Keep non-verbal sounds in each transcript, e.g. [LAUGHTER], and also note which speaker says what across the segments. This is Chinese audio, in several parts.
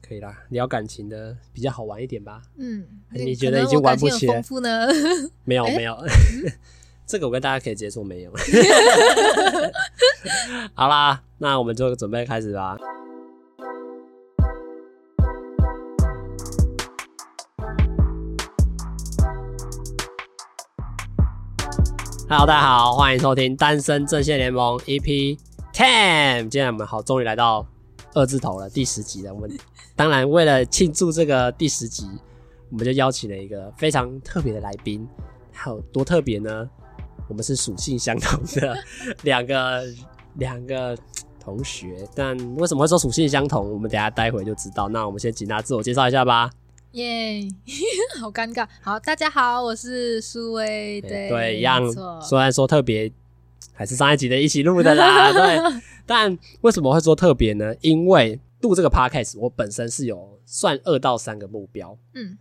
Speaker 1: 可以啦，聊感情的比较好玩一点吧？
Speaker 2: 嗯，
Speaker 1: 还是
Speaker 2: 那
Speaker 1: 你
Speaker 2: 可
Speaker 1: 觉得已
Speaker 2: 能
Speaker 1: 经
Speaker 2: 我感
Speaker 1: 玩不
Speaker 2: 情很
Speaker 1: 起
Speaker 2: 丰
Speaker 1: 来
Speaker 2: 富呢？ [LAUGHS]
Speaker 1: 没有没有， [LAUGHS] 这个我跟大家可以接受没有。 [LAUGHS] 好啦，那我们就准备开始吧。Hello，大家好，欢迎收听《单身阵线联盟》EP Ten。今天我们好，终于来到二字头了，第十集了。我们当然为了庆祝这个第十集，我们就邀请了一个非常特别的来宾。还有多特别呢？我们是属性相同的 [LAUGHS] 两个两个同学，但为什么会说属性相同？我们等一下待会就知道。那我们先请他自我介绍一下吧。
Speaker 2: 耶， [LAUGHS] 好尴尬。好，大家好，我是苏威，对
Speaker 1: 诶哎对，一样
Speaker 2: 没错。
Speaker 1: 虽然说特别，还是上一集的一起录的
Speaker 2: [LAUGHS]
Speaker 1: 啦。对，但为什么会说特别呢？因为录这个 podcast，我本身是有算二到三个目标。
Speaker 2: 嗯，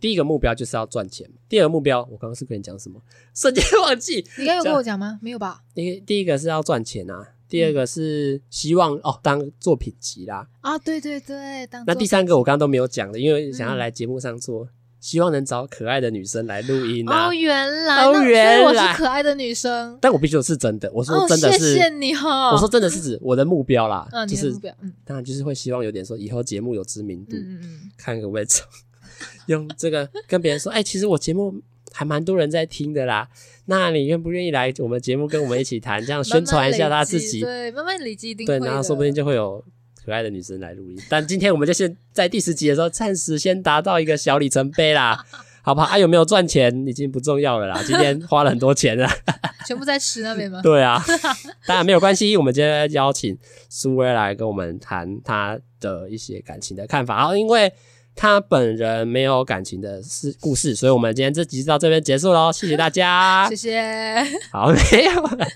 Speaker 1: 第一个目标就是要赚钱，第二个目标我刚刚是跟你讲什么，瞬间忘记。
Speaker 2: 你刚有
Speaker 1: 这
Speaker 2: 跟
Speaker 1: 样
Speaker 2: 我讲吗？没有吧？
Speaker 1: 第第一个是要赚钱啊，第
Speaker 2: 嗯
Speaker 1: 二个是希望哦当作品集啦。
Speaker 2: 啊，对对对，当
Speaker 1: 那
Speaker 2: 作哦
Speaker 1: 第三个
Speaker 2: 品
Speaker 1: 我刚刚都没有讲的，因为想要
Speaker 2: 嗯
Speaker 1: 来节目上做，希望能找可爱的女生来录音啊
Speaker 2: 哦，。原来，
Speaker 1: 哦
Speaker 2: 那
Speaker 1: 原
Speaker 2: 所以我
Speaker 1: 来
Speaker 2: 是可爱的女生。
Speaker 1: 但我必须说是真的，我说
Speaker 2: 哦，
Speaker 1: 真的
Speaker 2: 谢
Speaker 1: 是，
Speaker 2: 谢你哦。
Speaker 1: 我说真的是指我的目标啦，
Speaker 2: 嗯，
Speaker 1: 就
Speaker 2: 你的
Speaker 1: 是
Speaker 2: 目标，嗯
Speaker 1: 当然就是会希望有点说以后节目有知名度，
Speaker 2: 嗯嗯嗯，
Speaker 1: 看个位置，用这个跟别人说，哎、其实我节目还蛮多人在听的啦，那你愿不愿意来我们节目跟我们一起谈，这样宣传一下他自己？
Speaker 2: 慢慢累积对，慢慢累积一定
Speaker 1: 对，
Speaker 2: 会
Speaker 1: 然后
Speaker 2: 的
Speaker 1: 说不定就会有可爱的女生来录音。但今天我们就先在第十集的时候，暂时先达到一个小里程碑啦，好不好？啊，有没有赚钱已经不重要了啦，今天花了很多钱啦。啊
Speaker 2: 全部在吃那边吗？
Speaker 1: [LAUGHS] 对
Speaker 2: [LAUGHS]
Speaker 1: 啊，当然没有关系。我们今天邀请苏威来跟我们谈他的一些感情的看法，然后因为。他本人没有感情的事故事，所以我们今天这集就到这边结束喽，谢谢大家
Speaker 2: 谢。谢。
Speaker 1: 好， [LAUGHS] 没有啦，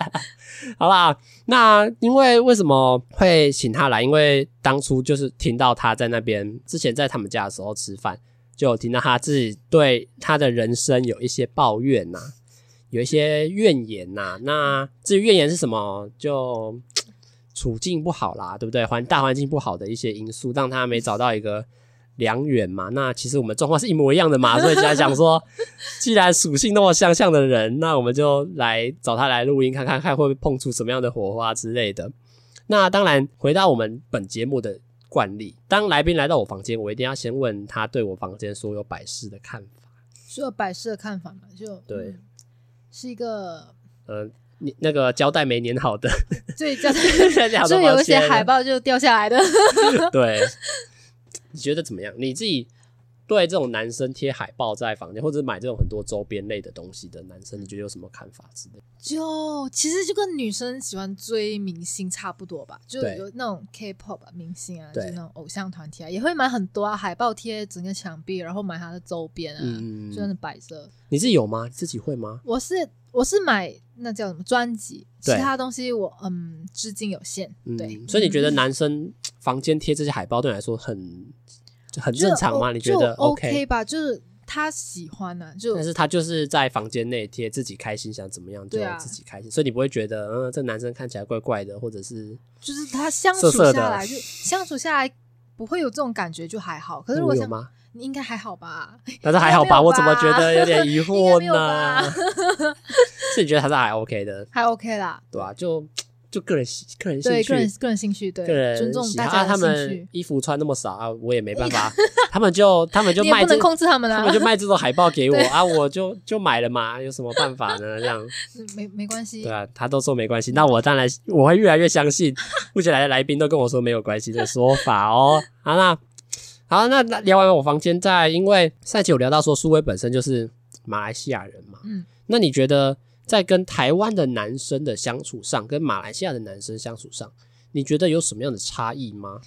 Speaker 1: 好啦。那因为为什么会请他来？因为当初就是听到他在那边之前在他们家的时候吃饭，就有听到他自己对他的人生有一些抱怨呐、有一些怨言呐、那至于怨言是什么，就处境不好啦，对不对？环大环境不好的一些因素，让他没找到一个良缘嘛。那其实我们状况是一模一样的嘛，所以就在想说，既然属性那么相像的人，那我们就来找他来录音，看看看会不会碰出什么样的火花之类的。那当然，回到我们本节目的惯例，当来宾来到我房间，我一定要先问他对我房间所有摆饰的看法。
Speaker 2: 所有摆设看法嘛，就
Speaker 1: 对
Speaker 2: 嗯是一个
Speaker 1: 嗯、你那个胶带没粘好的，[LAUGHS]
Speaker 2: 最叫
Speaker 1: 就
Speaker 2: 就有一些海。报就掉下来的。
Speaker 1: 对，你觉得怎么样？你自己对这种男生贴海报在房间，或者买这种很多周边类的东西的男生，你觉得有什么看法之类的？
Speaker 2: 就其实就跟女生喜欢追明星差不多吧，就
Speaker 1: 对
Speaker 2: 有那种 K-pop 啊明星啊，就
Speaker 1: 对
Speaker 2: 那种偶像团体啊，也会买很多啊，海报贴整个墙壁，然后买它的周边啊，
Speaker 1: 嗯
Speaker 2: 就那种摆设。
Speaker 1: 你自己有吗？你自己会吗？
Speaker 2: 我是我是买那叫什么专辑，其
Speaker 1: 对
Speaker 2: 他东西我嗯资金有限，
Speaker 1: 嗯
Speaker 2: 对，，
Speaker 1: 所以你觉得
Speaker 2: 嗯
Speaker 1: 男生呃房间贴这些海报对你来说很很
Speaker 2: 就
Speaker 1: 正常吗？
Speaker 2: 哦
Speaker 1: 你觉
Speaker 2: 就
Speaker 1: 得
Speaker 2: OK 吧？就是他喜欢呢、就
Speaker 1: 但是他就是在房间内贴自己开心，想怎么样就
Speaker 2: 对啊
Speaker 1: 自己开心，所以你不会觉得，嗯，这男生看起来怪怪的，或者
Speaker 2: [LAUGHS]
Speaker 1: 是
Speaker 2: 就是他相
Speaker 1: 色
Speaker 2: 处
Speaker 1: 色的
Speaker 2: 下来，就相处下来不会有这种感觉，就还好。可
Speaker 1: 嗯
Speaker 2: 是如果
Speaker 1: 有
Speaker 2: 像
Speaker 1: 吗？
Speaker 2: 你应该还好吧？
Speaker 1: [LAUGHS] 但是还好
Speaker 2: 应该没有
Speaker 1: 我怎么
Speaker 2: 吧
Speaker 1: 觉得有点疑
Speaker 2: 应该
Speaker 1: 惑
Speaker 2: 没有吧
Speaker 1: 呢？ [LAUGHS] 所以你觉得他是还 OK 的，
Speaker 2: [LAUGHS] 还 OK 啦，
Speaker 1: 对吧、就就个人喜个人兴
Speaker 2: 对
Speaker 1: 趣，
Speaker 2: 个人个人兴趣，对
Speaker 1: 个人
Speaker 2: 尊重
Speaker 1: 喜
Speaker 2: 大
Speaker 1: 好
Speaker 2: 家
Speaker 1: 啊
Speaker 2: 的
Speaker 1: 他
Speaker 2: 兴
Speaker 1: 们
Speaker 2: 趣，
Speaker 1: 衣服穿那么少啊，我也没办
Speaker 2: [LAUGHS]
Speaker 1: 法，他们就他们就
Speaker 2: 你也
Speaker 1: 卖
Speaker 2: 不
Speaker 1: 这
Speaker 2: 能控制他们
Speaker 1: 他
Speaker 2: 啊
Speaker 1: 们，就卖这种海报给我
Speaker 2: [LAUGHS] 对
Speaker 1: 啊，我就就买了嘛，有什么办法呢？这
Speaker 2: [LAUGHS]
Speaker 1: 样
Speaker 2: 没没关系
Speaker 1: 对。啊，他都说没关系，那我当然我会越来越相信目前来的来宾都跟我说没有关系这个说法哦。 [LAUGHS] 好，那好，那那聊完我房间再，因为上一期有聊到说苏威本身就是马来西亚人嘛，
Speaker 2: 嗯，
Speaker 1: 那你觉得在跟台湾的男生的相处上，跟马来西亚的男生相处上，你觉得有什么样的差异吗？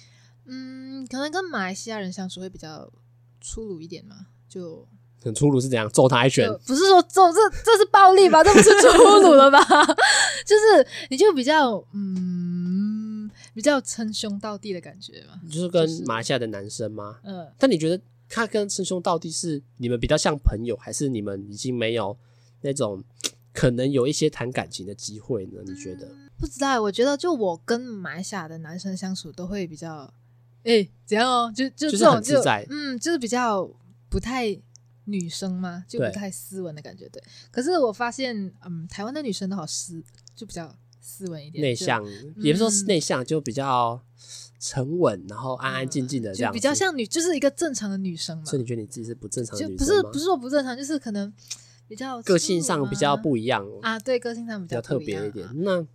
Speaker 2: 嗯，可能跟马来西亚人相处会比较粗鲁一点嘛，就
Speaker 1: 很粗鲁是怎样？揍他一拳
Speaker 2: 就，不是说这这这是暴力吧？这不是粗鲁了吧？ [LAUGHS] 就是你就比较嗯比较称兄道弟的感觉嘛。
Speaker 1: 就是跟
Speaker 2: 就是
Speaker 1: 马来西亚的男生吗？
Speaker 2: 嗯，
Speaker 1: 但你觉得他跟称兄道弟是你们比较像朋友，还是你们已经没有那种可能有一些谈感情的机会
Speaker 2: 嗯
Speaker 1: 呢？你觉得？
Speaker 2: 不知道，我觉得就我跟马来西亚的男生相处都会比较哎、怎样哦？就
Speaker 1: 就
Speaker 2: 就
Speaker 1: 是
Speaker 2: 这种
Speaker 1: 很自
Speaker 2: 就
Speaker 1: 在
Speaker 2: 嗯，就是比较不太女生嘛，就不
Speaker 1: 对
Speaker 2: 太斯文的感觉。对，可是我发现，嗯，台湾的女生都好斯，就比较斯文一点，
Speaker 1: 内
Speaker 2: 就
Speaker 1: 向，也不是说是
Speaker 2: 嗯
Speaker 1: 内向，就比较沉稳，然后安安静静的这
Speaker 2: 嗯就
Speaker 1: 样，
Speaker 2: 比较。像女，就是一个正常的女生嘛。
Speaker 1: 所以你觉得你自己是不正常的
Speaker 2: 就
Speaker 1: 女
Speaker 2: 不
Speaker 1: 生
Speaker 2: 是
Speaker 1: 吗
Speaker 2: 不是说不正常，就是可能比较
Speaker 1: 个
Speaker 2: 粗
Speaker 1: 性
Speaker 2: 鲁
Speaker 1: 上比较
Speaker 2: 吗
Speaker 1: 不一样，
Speaker 2: 啊，对，个性上比
Speaker 1: 比较特
Speaker 2: 不样
Speaker 1: 别一点
Speaker 2: 啊。
Speaker 1: 那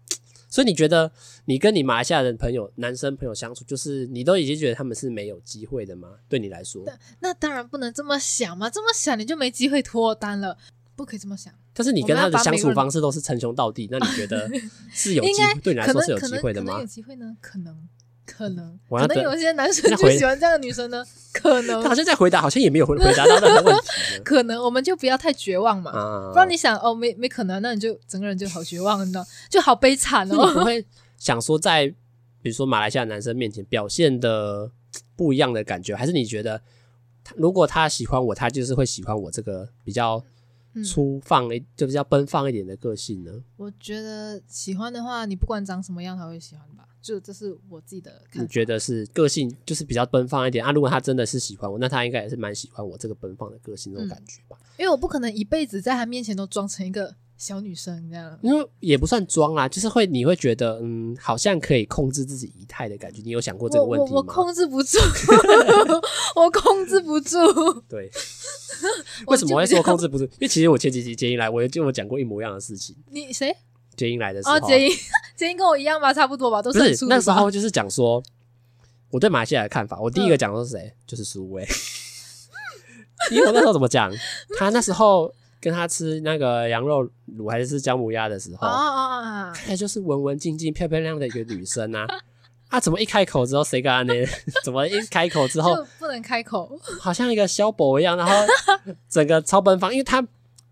Speaker 1: 所以你觉得你跟你马来西亚人朋友、男生朋友相处，就是你都已经觉得他们是没有机会的吗？对你来说，
Speaker 2: 那当然不能这么想嘛，这么想你就没机会脱单了，不可以这么想。
Speaker 1: 但是你
Speaker 2: 我
Speaker 1: 跟
Speaker 2: 们
Speaker 1: 他
Speaker 2: 要
Speaker 1: 的
Speaker 2: 把
Speaker 1: 相
Speaker 2: 每
Speaker 1: 处
Speaker 2: 个人
Speaker 1: 方式都是称兄道弟，那你觉
Speaker 2: [LAUGHS]
Speaker 1: 得是有
Speaker 2: 应
Speaker 1: 机
Speaker 2: 该
Speaker 1: 会对你来
Speaker 2: 可
Speaker 1: 说
Speaker 2: 能
Speaker 1: 是有
Speaker 2: 可
Speaker 1: 机
Speaker 2: 能
Speaker 1: 会的
Speaker 2: 可能
Speaker 1: 吗嗯
Speaker 2: 有？机会呢？可能可能，
Speaker 1: 我
Speaker 2: 可
Speaker 1: 要
Speaker 2: 能
Speaker 1: 等
Speaker 2: 有些男生
Speaker 1: 那
Speaker 2: 就
Speaker 1: 回
Speaker 2: 喜欢这样的女生呢，可
Speaker 1: 他好
Speaker 2: 能
Speaker 1: 像在回答，好像也没有回回答到任何问题呢
Speaker 2: 可能，我们就不要太绝望嘛。
Speaker 1: 啊。
Speaker 2: [LAUGHS] 不然你想哦，没没可能，那你就整个人就好绝望，你知道，就好悲惨
Speaker 1: 那你不
Speaker 2: 哦。
Speaker 1: 会想说在比如说马来西亚男生面前表现的不一样的感觉，还是你觉得他如果他喜欢我，他就是会喜欢我这个比较
Speaker 2: 嗯
Speaker 1: 粗放一、就比较奔放一点的个性呢？
Speaker 2: 我觉得喜欢的话，你不管长什么样，他会喜欢吧。就这是我自己的看法。
Speaker 1: 你觉得是个性就是比较奔放一点啊？如果他真的是喜欢我，那他应该也是蛮喜欢我这个奔放的个性那种
Speaker 2: 嗯
Speaker 1: 感觉吧？
Speaker 2: 因为我不可能一辈子在他面前都装成一个小女生这样。
Speaker 1: 因为也不算装啦，就是会你会觉得嗯，好像可以控制自己仪态的感觉。你有想过这
Speaker 2: 我
Speaker 1: 个问
Speaker 2: 我
Speaker 1: 题
Speaker 2: 我
Speaker 1: 吗？
Speaker 2: 控制不住， [LAUGHS] 我控制不住。 [LAUGHS]
Speaker 1: 对，
Speaker 2: 我
Speaker 1: 为什么
Speaker 2: 就
Speaker 1: 会
Speaker 2: 比较
Speaker 1: 说控制不住？因为其实我前几集接音来，我也就有讲过一模一样的事情。
Speaker 2: [LAUGHS] 你谁？
Speaker 1: 接音来的时候，
Speaker 2: 哦，杰英，杰英跟我一样吧，差不多吧，都
Speaker 1: 不
Speaker 2: 很
Speaker 1: 是
Speaker 2: 粗鲁吧
Speaker 1: 那时候就是讲说我对马来西亚的看法。我第一个讲的是谁？就是苏威， [LAUGHS] 因为我那时候怎么讲？他那时候跟他吃那个羊肉卤还是姜母鸭的时候，她、
Speaker 2: 哦哦哦，哦
Speaker 1: 哎就是文文静静、漂漂亮亮的一个女生啊。啊！怎么一开口之后谁敢呢？ [LAUGHS] 怎么一开口之后
Speaker 2: 就不能开口。
Speaker 1: 好像一个小宝一样，
Speaker 2: [LAUGHS]
Speaker 1: 然后整个超奔放，因为他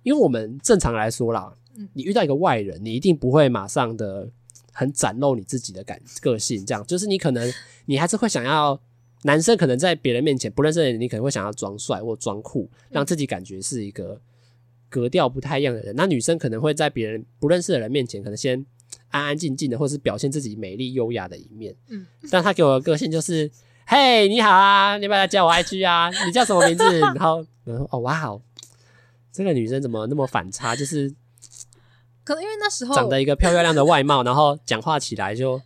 Speaker 1: 因为我们正常来说啦
Speaker 2: 嗯，
Speaker 1: 你遇到一个外人，你一定不会马上的很展露你自己的感个性，这样就是你可能你还是会想要。男生可能在别人面前不认识的人，你可能会想要装帅或装酷，
Speaker 2: 嗯
Speaker 1: 让自己感觉是一个格调不太一样的人。那女生可能会在别人不认识的人面前，可能先安安静静的，或是表现自己美丽优雅的一面。
Speaker 2: 嗯，
Speaker 1: 但他给我的个性就是嘿，你好啊，你要不要来加我 IG 啊？你叫什么名
Speaker 2: [LAUGHS]
Speaker 1: 字？然后，然后哦，哇哦，这个女生怎么那么反差？就是
Speaker 2: 可能因为那时候
Speaker 1: 长得一个漂漂亮的外貌，然后讲话起来就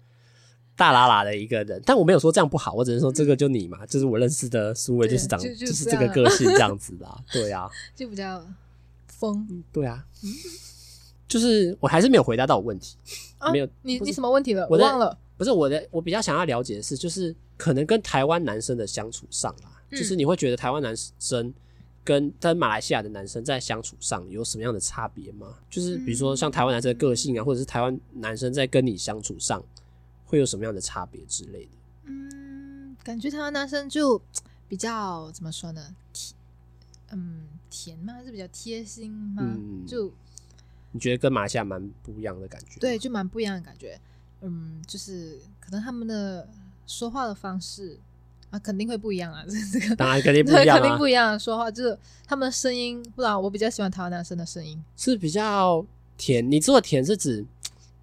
Speaker 1: 大喇喇的一个人。但我没有说这样不好，我只是说这个就你嘛，就是我认识的苏威，
Speaker 2: 对
Speaker 1: 就是长
Speaker 2: 就就是这
Speaker 1: 这个
Speaker 2: 样
Speaker 1: 个性这样子
Speaker 2: [LAUGHS]
Speaker 1: 啦。对啊，
Speaker 2: 就比较疯。
Speaker 1: 对啊，
Speaker 2: 嗯
Speaker 1: 就是我还是没有回答到我问题，
Speaker 2: 啊
Speaker 1: 没有
Speaker 2: 你
Speaker 1: 不是
Speaker 2: 你什么问题了？
Speaker 1: 我
Speaker 2: 我
Speaker 1: 在
Speaker 2: 忘了。
Speaker 1: 不是我的，我比较想要了解的是，就是可能跟台湾男生的相处上啦，
Speaker 2: 嗯
Speaker 1: 就是你会觉得台湾男生跟跟马来西亚的男生在相处上有什么样的差别吗？就是比如说像台湾男生的个性啊，或者是台湾男生在跟你相处上会有什么样的差别之类的？
Speaker 2: 嗯，感觉台湾男生就比较怎么说呢？甜，嗯，甜吗？还是比较贴心吗？
Speaker 1: 嗯
Speaker 2: 就
Speaker 1: 你觉得跟马来西亚蛮不一样的感觉？
Speaker 2: 对，，就蛮不一样的感觉。嗯，就是可能他们的说话的方式啊，肯定会不一样啊。这这个
Speaker 1: 当然肯定不
Speaker 2: 对，
Speaker 1: 一样
Speaker 2: [LAUGHS] 肯定
Speaker 1: 啊，
Speaker 2: 不一样。说话就是他们的声音，不然我比较喜欢台湾男生的声音，
Speaker 1: 是比较甜。你说的甜是指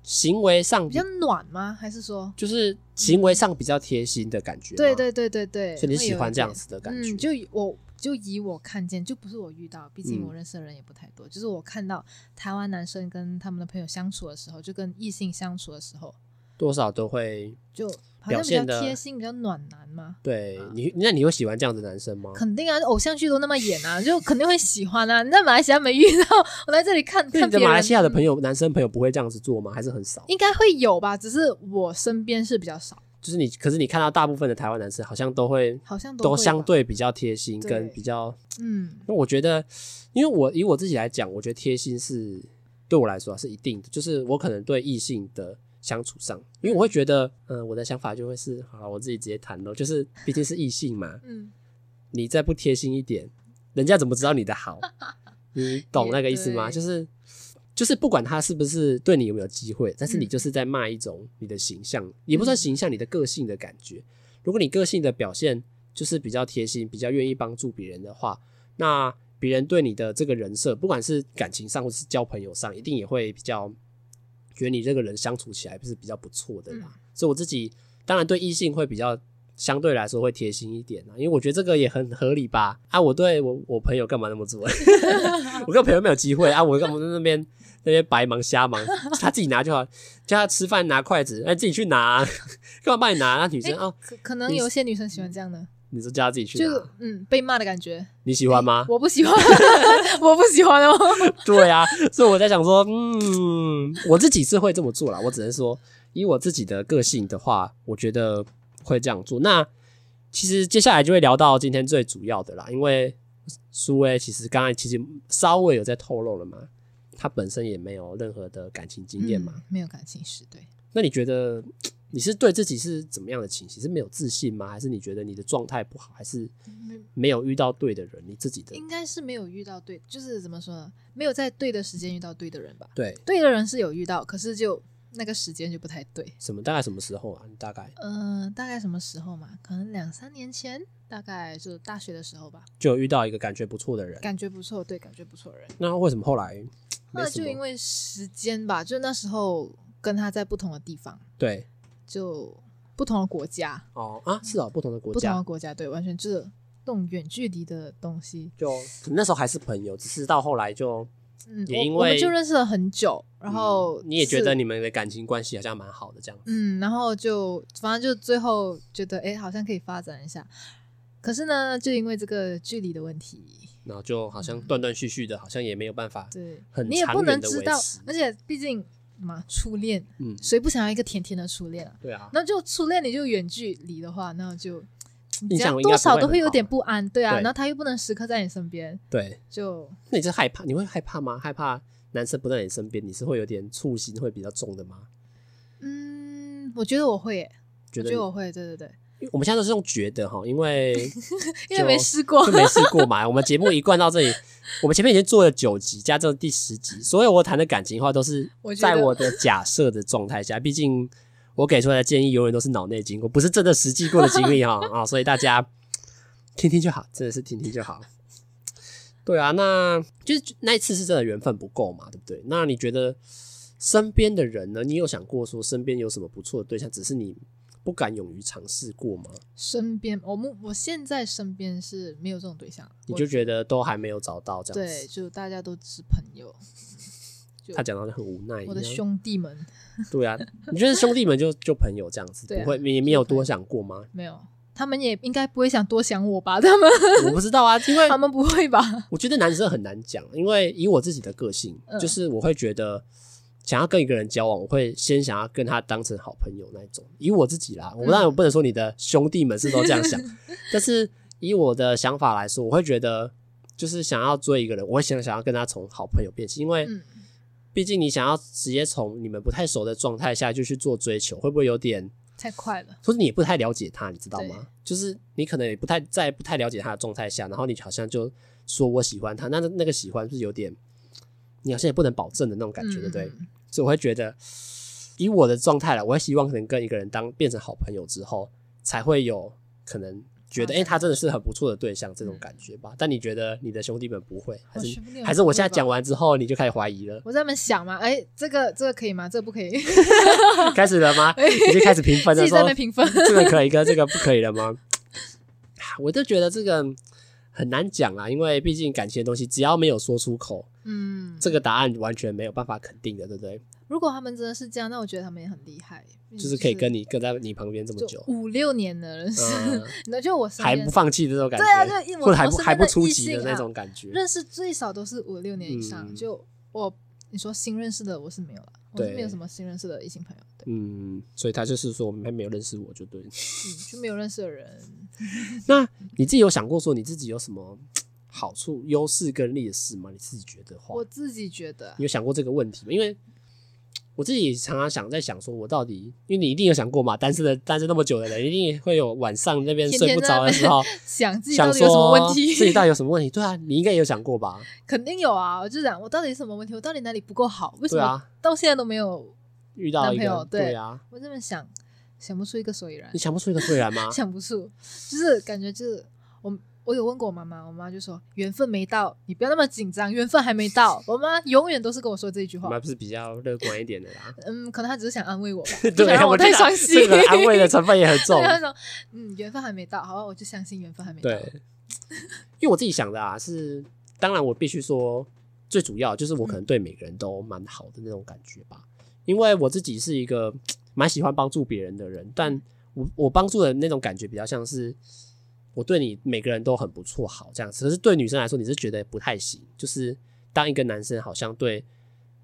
Speaker 1: 行为上
Speaker 2: 比较暖吗？还是说？
Speaker 1: 就是行为上比较贴心的感觉吗？
Speaker 2: 对对对对对，
Speaker 1: 所以你
Speaker 2: 会
Speaker 1: 喜
Speaker 2: 有
Speaker 1: 欢
Speaker 2: 一
Speaker 1: 这样
Speaker 2: 点
Speaker 1: 子的感觉
Speaker 2: 嗯，就以我就以我看见，就不是我遇到，毕竟
Speaker 1: 嗯
Speaker 2: 我认识的人也不太多。就是我看到台湾男生跟他们的朋友相处的时候，就跟异性相处的时候，
Speaker 1: 多少都会
Speaker 2: 就好
Speaker 1: 表
Speaker 2: 像比较
Speaker 1: 现得
Speaker 2: 贴心，比较暖男嘛。
Speaker 1: 对你，那你会喜欢这样的男生吗？
Speaker 2: 肯定啊，偶像剧都那么演啊，就肯定会喜欢啊。你在马来西亚没遇到，我来这里看
Speaker 1: 那
Speaker 2: 看
Speaker 1: 你的
Speaker 2: 别人。嗯
Speaker 1: 马来西亚的朋
Speaker 2: 友
Speaker 1: 友，男生朋友不会这样子做吗？还是很少？
Speaker 2: 应该会有吧，只是我身边是比较少，
Speaker 1: 就是你，可是你看到大部分的台湾男生好像都会
Speaker 2: 好像都
Speaker 1: 都
Speaker 2: 会
Speaker 1: 相
Speaker 2: 吧
Speaker 1: 对比较贴心，
Speaker 2: 对
Speaker 1: 跟比较，
Speaker 2: 嗯
Speaker 1: 因为我觉得，因为我以我自己来讲，我觉得贴心是对我来说啊是一定的，就是我可能对异性的。相处上，因为我会觉得，嗯、我的想法就会是，好了，我自己直接谈咯，就是毕竟是异性嘛，
Speaker 2: 嗯，
Speaker 1: 你再不贴心一点，人家怎么知道你的好？你懂那个意思吗？
Speaker 2: 也对
Speaker 1: 就是就是不管他是不是对你有没有机会，但是你
Speaker 2: 嗯
Speaker 1: 就是在卖一种你的形象，也不算形象，你的个性的感觉。如果你个性的表现就是比较贴心，比较愿意帮助别人的话，那别人对你的这个人设，不管是感情上或是交朋友上，一定也会比较觉得你这个人相处起来是比较不错的啦。所以我自己当然对异性会比较相对来说会贴心一点啊，因为我觉得这个也很合理吧。啊，我对我我朋友干嘛那么做？我跟我朋友没有机会啊，我干嘛在那边那边白忙瞎忙？他自己拿就好，叫他吃饭拿筷子，哎、自己去拿啊、干嘛帮你拿、啊？女生
Speaker 2: 哎
Speaker 1: 哦，
Speaker 2: 可可能
Speaker 1: 你啊
Speaker 2: 有些女生喜欢这样的，
Speaker 1: 你就叫他自己去
Speaker 2: 就
Speaker 1: 拿，
Speaker 2: 嗯被骂的感觉。
Speaker 1: 你喜欢吗？
Speaker 2: 我不
Speaker 1: [LAUGHS]
Speaker 2: 喜欢， [LAUGHS] 我不喜欢哦。
Speaker 1: 对啊，所以我在想说，嗯，我自己是会这么做啦。我只能说，以我自己的个性的话，我觉得会这样做。那其实接下来就会聊到今天最主要的啦，因为苏威其实刚才其实稍微有在透露了嘛，他本身也没有任何的感情经验嘛。
Speaker 2: 嗯没有感情史，对。
Speaker 1: 那你觉得你是对自己是怎么样的情形？是没有自信吗？还是你觉得你的状态不好？还是没有遇到对的人？你自己的
Speaker 2: 应该是没有遇到对，就是怎么说呢？没有在对的时间遇到对的人吧。
Speaker 1: 对
Speaker 2: 对的人是有遇到，可是就那个时间就不太对。
Speaker 1: 什么大概什么时候啊？你大概
Speaker 2: 嗯、大概什么时候嘛？可能两三年前，大概就大学的时候吧。
Speaker 1: 就有遇到一个感觉不错的人。
Speaker 2: 感觉不错，对，感觉不错的人。
Speaker 1: 那为什么后来
Speaker 2: 后
Speaker 1: 没
Speaker 2: 来
Speaker 1: 什
Speaker 2: 就
Speaker 1: 么
Speaker 2: 因为时间吧，就那时候跟他在不同的地方，
Speaker 1: 对
Speaker 2: 就不同的国家，
Speaker 1: 哦啊是哦，不同的国
Speaker 2: 不同
Speaker 1: 家
Speaker 2: 的，国家，对，完全就是那种远距离的东西。
Speaker 1: 就可能那时候还是朋友，只是到后来就
Speaker 2: 嗯，
Speaker 1: 也
Speaker 2: 我
Speaker 1: 因
Speaker 2: 我
Speaker 1: 为
Speaker 2: 们就认识了很久，然后、
Speaker 1: 嗯你也觉得。你们的感情关系好像蛮好的这样。
Speaker 2: 嗯，然后就反正就最后觉得，哎，好像可以发展一下。可是呢，就因为这个距离的问题，
Speaker 1: 然后就好像断断续续的，好像也没有办法。
Speaker 2: 对
Speaker 1: 很
Speaker 2: 你也不
Speaker 1: 长远
Speaker 2: 能
Speaker 1: 地
Speaker 2: 知道
Speaker 1: 维持，
Speaker 2: 而且毕竟嘛，初恋，
Speaker 1: 嗯，
Speaker 2: 谁不想要一个甜甜的初恋啊？
Speaker 1: 对啊，
Speaker 2: 那就初恋你就远距离的话，那就
Speaker 1: 印
Speaker 2: 这
Speaker 1: 象
Speaker 2: 样
Speaker 1: 应该
Speaker 2: 多少
Speaker 1: 不会
Speaker 2: 都
Speaker 1: 很
Speaker 2: 会有
Speaker 1: 好
Speaker 2: 点不安，对啊。
Speaker 1: 对
Speaker 2: 然后他又不能时刻在你身边，
Speaker 1: 对。
Speaker 2: 就
Speaker 1: 那你是害怕？你会害怕吗？害怕男生不在你身边，你是会有点醋心会比较重的吗？
Speaker 2: 嗯，我觉得我会耶，
Speaker 1: 觉
Speaker 2: 我
Speaker 1: 得
Speaker 2: 觉得我会，对对对，
Speaker 1: 因为我们现在都是用觉得哈，因为
Speaker 2: 因为
Speaker 1: 就
Speaker 2: 没试过
Speaker 1: 就， [LAUGHS] 没试过嘛。我们节目一贯到这里，我们前面已经做了九集，加这第十集，所有我谈的感情话都是
Speaker 2: 我觉
Speaker 1: 在
Speaker 2: 得
Speaker 1: 我的假设的状态下，毕竟我给出来的建议永远都是脑内经过，不是真的实际过的经历哈啊，所以大家听听就好，真的是听听就好。对啊，那就是那一次是真的缘分不够嘛，对不对？那你觉得身边的人呢？你有想过说身边有什么不错的对象，只是你不敢勇于尝试过吗？
Speaker 2: 身边我目我现在身边是没有这种对象，
Speaker 1: 你
Speaker 2: 我
Speaker 1: 就觉得都还没有找到这样
Speaker 2: 对，
Speaker 1: 子？
Speaker 2: 就大家都只是朋友。就
Speaker 1: 他讲到就很无奈一样。
Speaker 2: 我的兄弟们
Speaker 1: 对啊，你觉得兄弟们就就朋友这样子，
Speaker 2: 对啊
Speaker 1: 不会你没有多想过吗？ [LAUGHS]
Speaker 2: 没有，他们也应该不会想多想我吧？ [LAUGHS] 他们
Speaker 1: 我不知道啊，因为
Speaker 2: 他们不会吧？
Speaker 1: 我觉得男生很难讲，因为以我自己的个性，
Speaker 2: 嗯
Speaker 1: 就是我会觉得想要跟一个人交往，我会先想要跟他当成好朋友那一种。以我自己啦，
Speaker 2: 嗯
Speaker 1: 我当然我不能说你的兄弟们是都这样
Speaker 2: [LAUGHS]
Speaker 1: 想，但是以我的想法来说，我会觉得就是想要追一个人，我会想想要跟他从好朋友变起，因为
Speaker 2: 嗯，
Speaker 1: 毕竟你想要直接从你们不太熟的状态下就去做追求，会不会有点？
Speaker 2: 太快了。
Speaker 1: 或者你也不太了解他，你知道吗
Speaker 2: 对？
Speaker 1: 就是你可能也不太在不太了解他的状态下，然后你好像就说我喜欢他，那那个喜欢是有点，你好像也不能保证的那种感觉，对不对？
Speaker 2: 嗯
Speaker 1: 所以我会觉得，以我的状态来，我会希望可能跟一个人当变成好朋友之后，才会有可能觉得，
Speaker 2: 发
Speaker 1: 哎、
Speaker 2: 展
Speaker 1: 他真的是很不错的对象这种感觉吧。但你觉得你的兄弟们不会，还
Speaker 2: 我
Speaker 1: 是
Speaker 2: 兄弟们
Speaker 1: 还是我现在
Speaker 2: 嗯哦不会吧，
Speaker 1: 讲完之后你就开始怀疑了
Speaker 2: 我在那边想嘛，哎，这个这个可以吗？这个不可以， [LAUGHS]
Speaker 1: 开始了吗？你就开始评分
Speaker 2: 哎自
Speaker 1: 了，
Speaker 2: 己
Speaker 1: 说
Speaker 2: 在那边评分。
Speaker 1: 这个可以跟这个不可以了吗？ [SIGHS] 啊我就觉得这个很难讲啦，因为毕竟感情的东西，只要没有说出口，
Speaker 2: 嗯，
Speaker 1: 这个答案完全没有办法肯定的，对不对？
Speaker 2: 如果他们真的是这样，那我觉得他们也很厉害，
Speaker 1: 就是可以跟你跟在你旁边这么
Speaker 2: 就
Speaker 1: 久，
Speaker 2: 五六年的人， [LAUGHS]
Speaker 1: 嗯，
Speaker 2: 那就我身
Speaker 1: 还
Speaker 2: 边
Speaker 1: 不放弃的那种感
Speaker 2: 对啊，
Speaker 1: 觉，
Speaker 2: 就一我
Speaker 1: 或者还
Speaker 2: 我
Speaker 1: 不
Speaker 2: 身
Speaker 1: 还
Speaker 2: 边
Speaker 1: 不
Speaker 2: 的
Speaker 1: 出
Speaker 2: 异
Speaker 1: 级的
Speaker 2: 性
Speaker 1: 那
Speaker 2: 啊
Speaker 1: 种感觉，
Speaker 2: 认识最少都是五六年以上。
Speaker 1: 嗯
Speaker 2: 就我你说新认识的，我是没有了，我是
Speaker 1: 对
Speaker 2: 没有什么新认识的异性朋友，对，
Speaker 1: 嗯，所以他就是说还没有认识我就对了。
Speaker 2: 嗯，就没有认识的人。
Speaker 1: 那你自己有想过说你自己有什么好处、优势跟劣势吗？你自己觉得话，
Speaker 2: 我自己觉得啊
Speaker 1: 你，有想过这个问题吗？因为我自己常常想在想，说我到底，因为你一定有想过嘛，单身的单身那么久的人，一定会有晚上那边
Speaker 2: 天
Speaker 1: 睡
Speaker 2: 天
Speaker 1: 不着的时候，
Speaker 2: 想 [LAUGHS] 自己到
Speaker 1: 想
Speaker 2: 底有什么
Speaker 1: 说
Speaker 2: 问
Speaker 1: 自己
Speaker 2: 题，
Speaker 1: 到底有什么问题？对啊，你应该也有想过吧？
Speaker 2: [LAUGHS] 肯定有啊。我就想，我到底有什么问题？我到底哪里不够好？为什
Speaker 1: 对
Speaker 2: 么
Speaker 1: 啊，
Speaker 2: 到现在都没有？
Speaker 1: 遇到一
Speaker 2: 男朋
Speaker 1: 个
Speaker 2: 友对
Speaker 1: 啊，
Speaker 2: 我这么想，想不出一个所以然
Speaker 1: 啊
Speaker 2: [LAUGHS]
Speaker 1: 你，想不出一个所以然吗？
Speaker 2: 想不出，就是感觉就是我我有问过我妈妈，我妈就说缘分没到，你不要那么紧张，缘分还没到。我妈永远都是跟我说这一句
Speaker 1: 我
Speaker 2: 话
Speaker 1: 们。还不是比较乐观一点的啦。
Speaker 2: 嗯，可能她只是想安
Speaker 1: [LAUGHS]
Speaker 2: 慰我吧，不
Speaker 1: 对
Speaker 2: 想，让
Speaker 1: 我觉
Speaker 2: 太
Speaker 1: 得
Speaker 2: 伤心。
Speaker 1: 这个安慰的成分也很重
Speaker 2: [LAUGHS] 对，。她说嗯，缘分还没到，好吧，我就相信缘分还没到。
Speaker 1: 对， [LAUGHS] 因为我自己想的啊，是当然我必须说，最主要就是我可
Speaker 2: 嗯
Speaker 1: 能对每个人都蛮好的那种感觉吧，因为我自己是一个蛮喜欢帮助别人的人，
Speaker 2: 嗯
Speaker 1: 但我我帮助的那种感觉比较像是我对你每个人都很不错好这样子，可是对女生来说你是觉得不太行，就是当一个男生好像对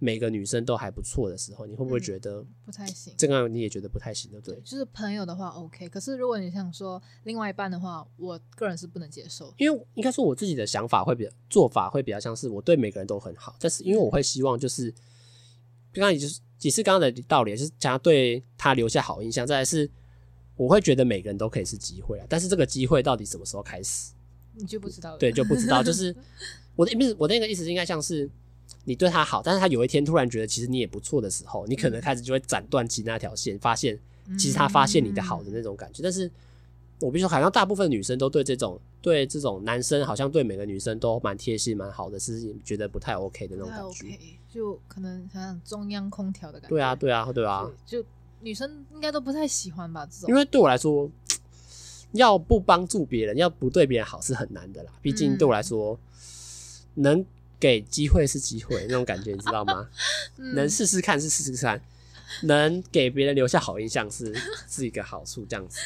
Speaker 1: 每个女生都还不错的时候，你会不会
Speaker 2: 嗯
Speaker 1: 觉得
Speaker 2: 不太行。
Speaker 1: 这个你也觉得不太行，对不对？
Speaker 2: 就是朋友的话 OK，可是如果你想说另外一半的话，我个人是不能接受。
Speaker 1: 因为应该说我自己的想法会比较做法会比较像是我对每个人都很好，但是因为我会希望就是刚刚也就是也是刚刚的道理，就是想要对他留下好印象。再来是我会觉得每个人都可以是机会啊，但是这个机会到底什么时候开始，
Speaker 2: 你就不知道了。
Speaker 1: 对就不知道。就是我的意思，我的那个意思应该像是你对他好，但是他有一天突然觉得其实你也不错的时候，你可能开始就会斩断其那条线，发现
Speaker 2: 嗯，
Speaker 1: 其实他发现你的好的那种感觉。但是我必须说，好像大部分女生都对这种对这种男生，好像对每个女生都蛮贴心、蛮好的事情，觉得不太 OK 的那种
Speaker 2: 不太
Speaker 1: 感觉。
Speaker 2: OK，就可能想想中央空调的感觉。
Speaker 1: 对啊，对啊，对啊，
Speaker 2: 就，就女生应该都不太喜欢吧这种。
Speaker 1: 因为对我来说，要不帮助别人，要不对别人好是很难的啦。毕竟对
Speaker 2: 嗯
Speaker 1: 我来说，能给机会是机会，那种感觉你知道吗？
Speaker 2: 嗯
Speaker 1: 能试试看是试试看，能给别人留下好印象是是一个好处，这样子。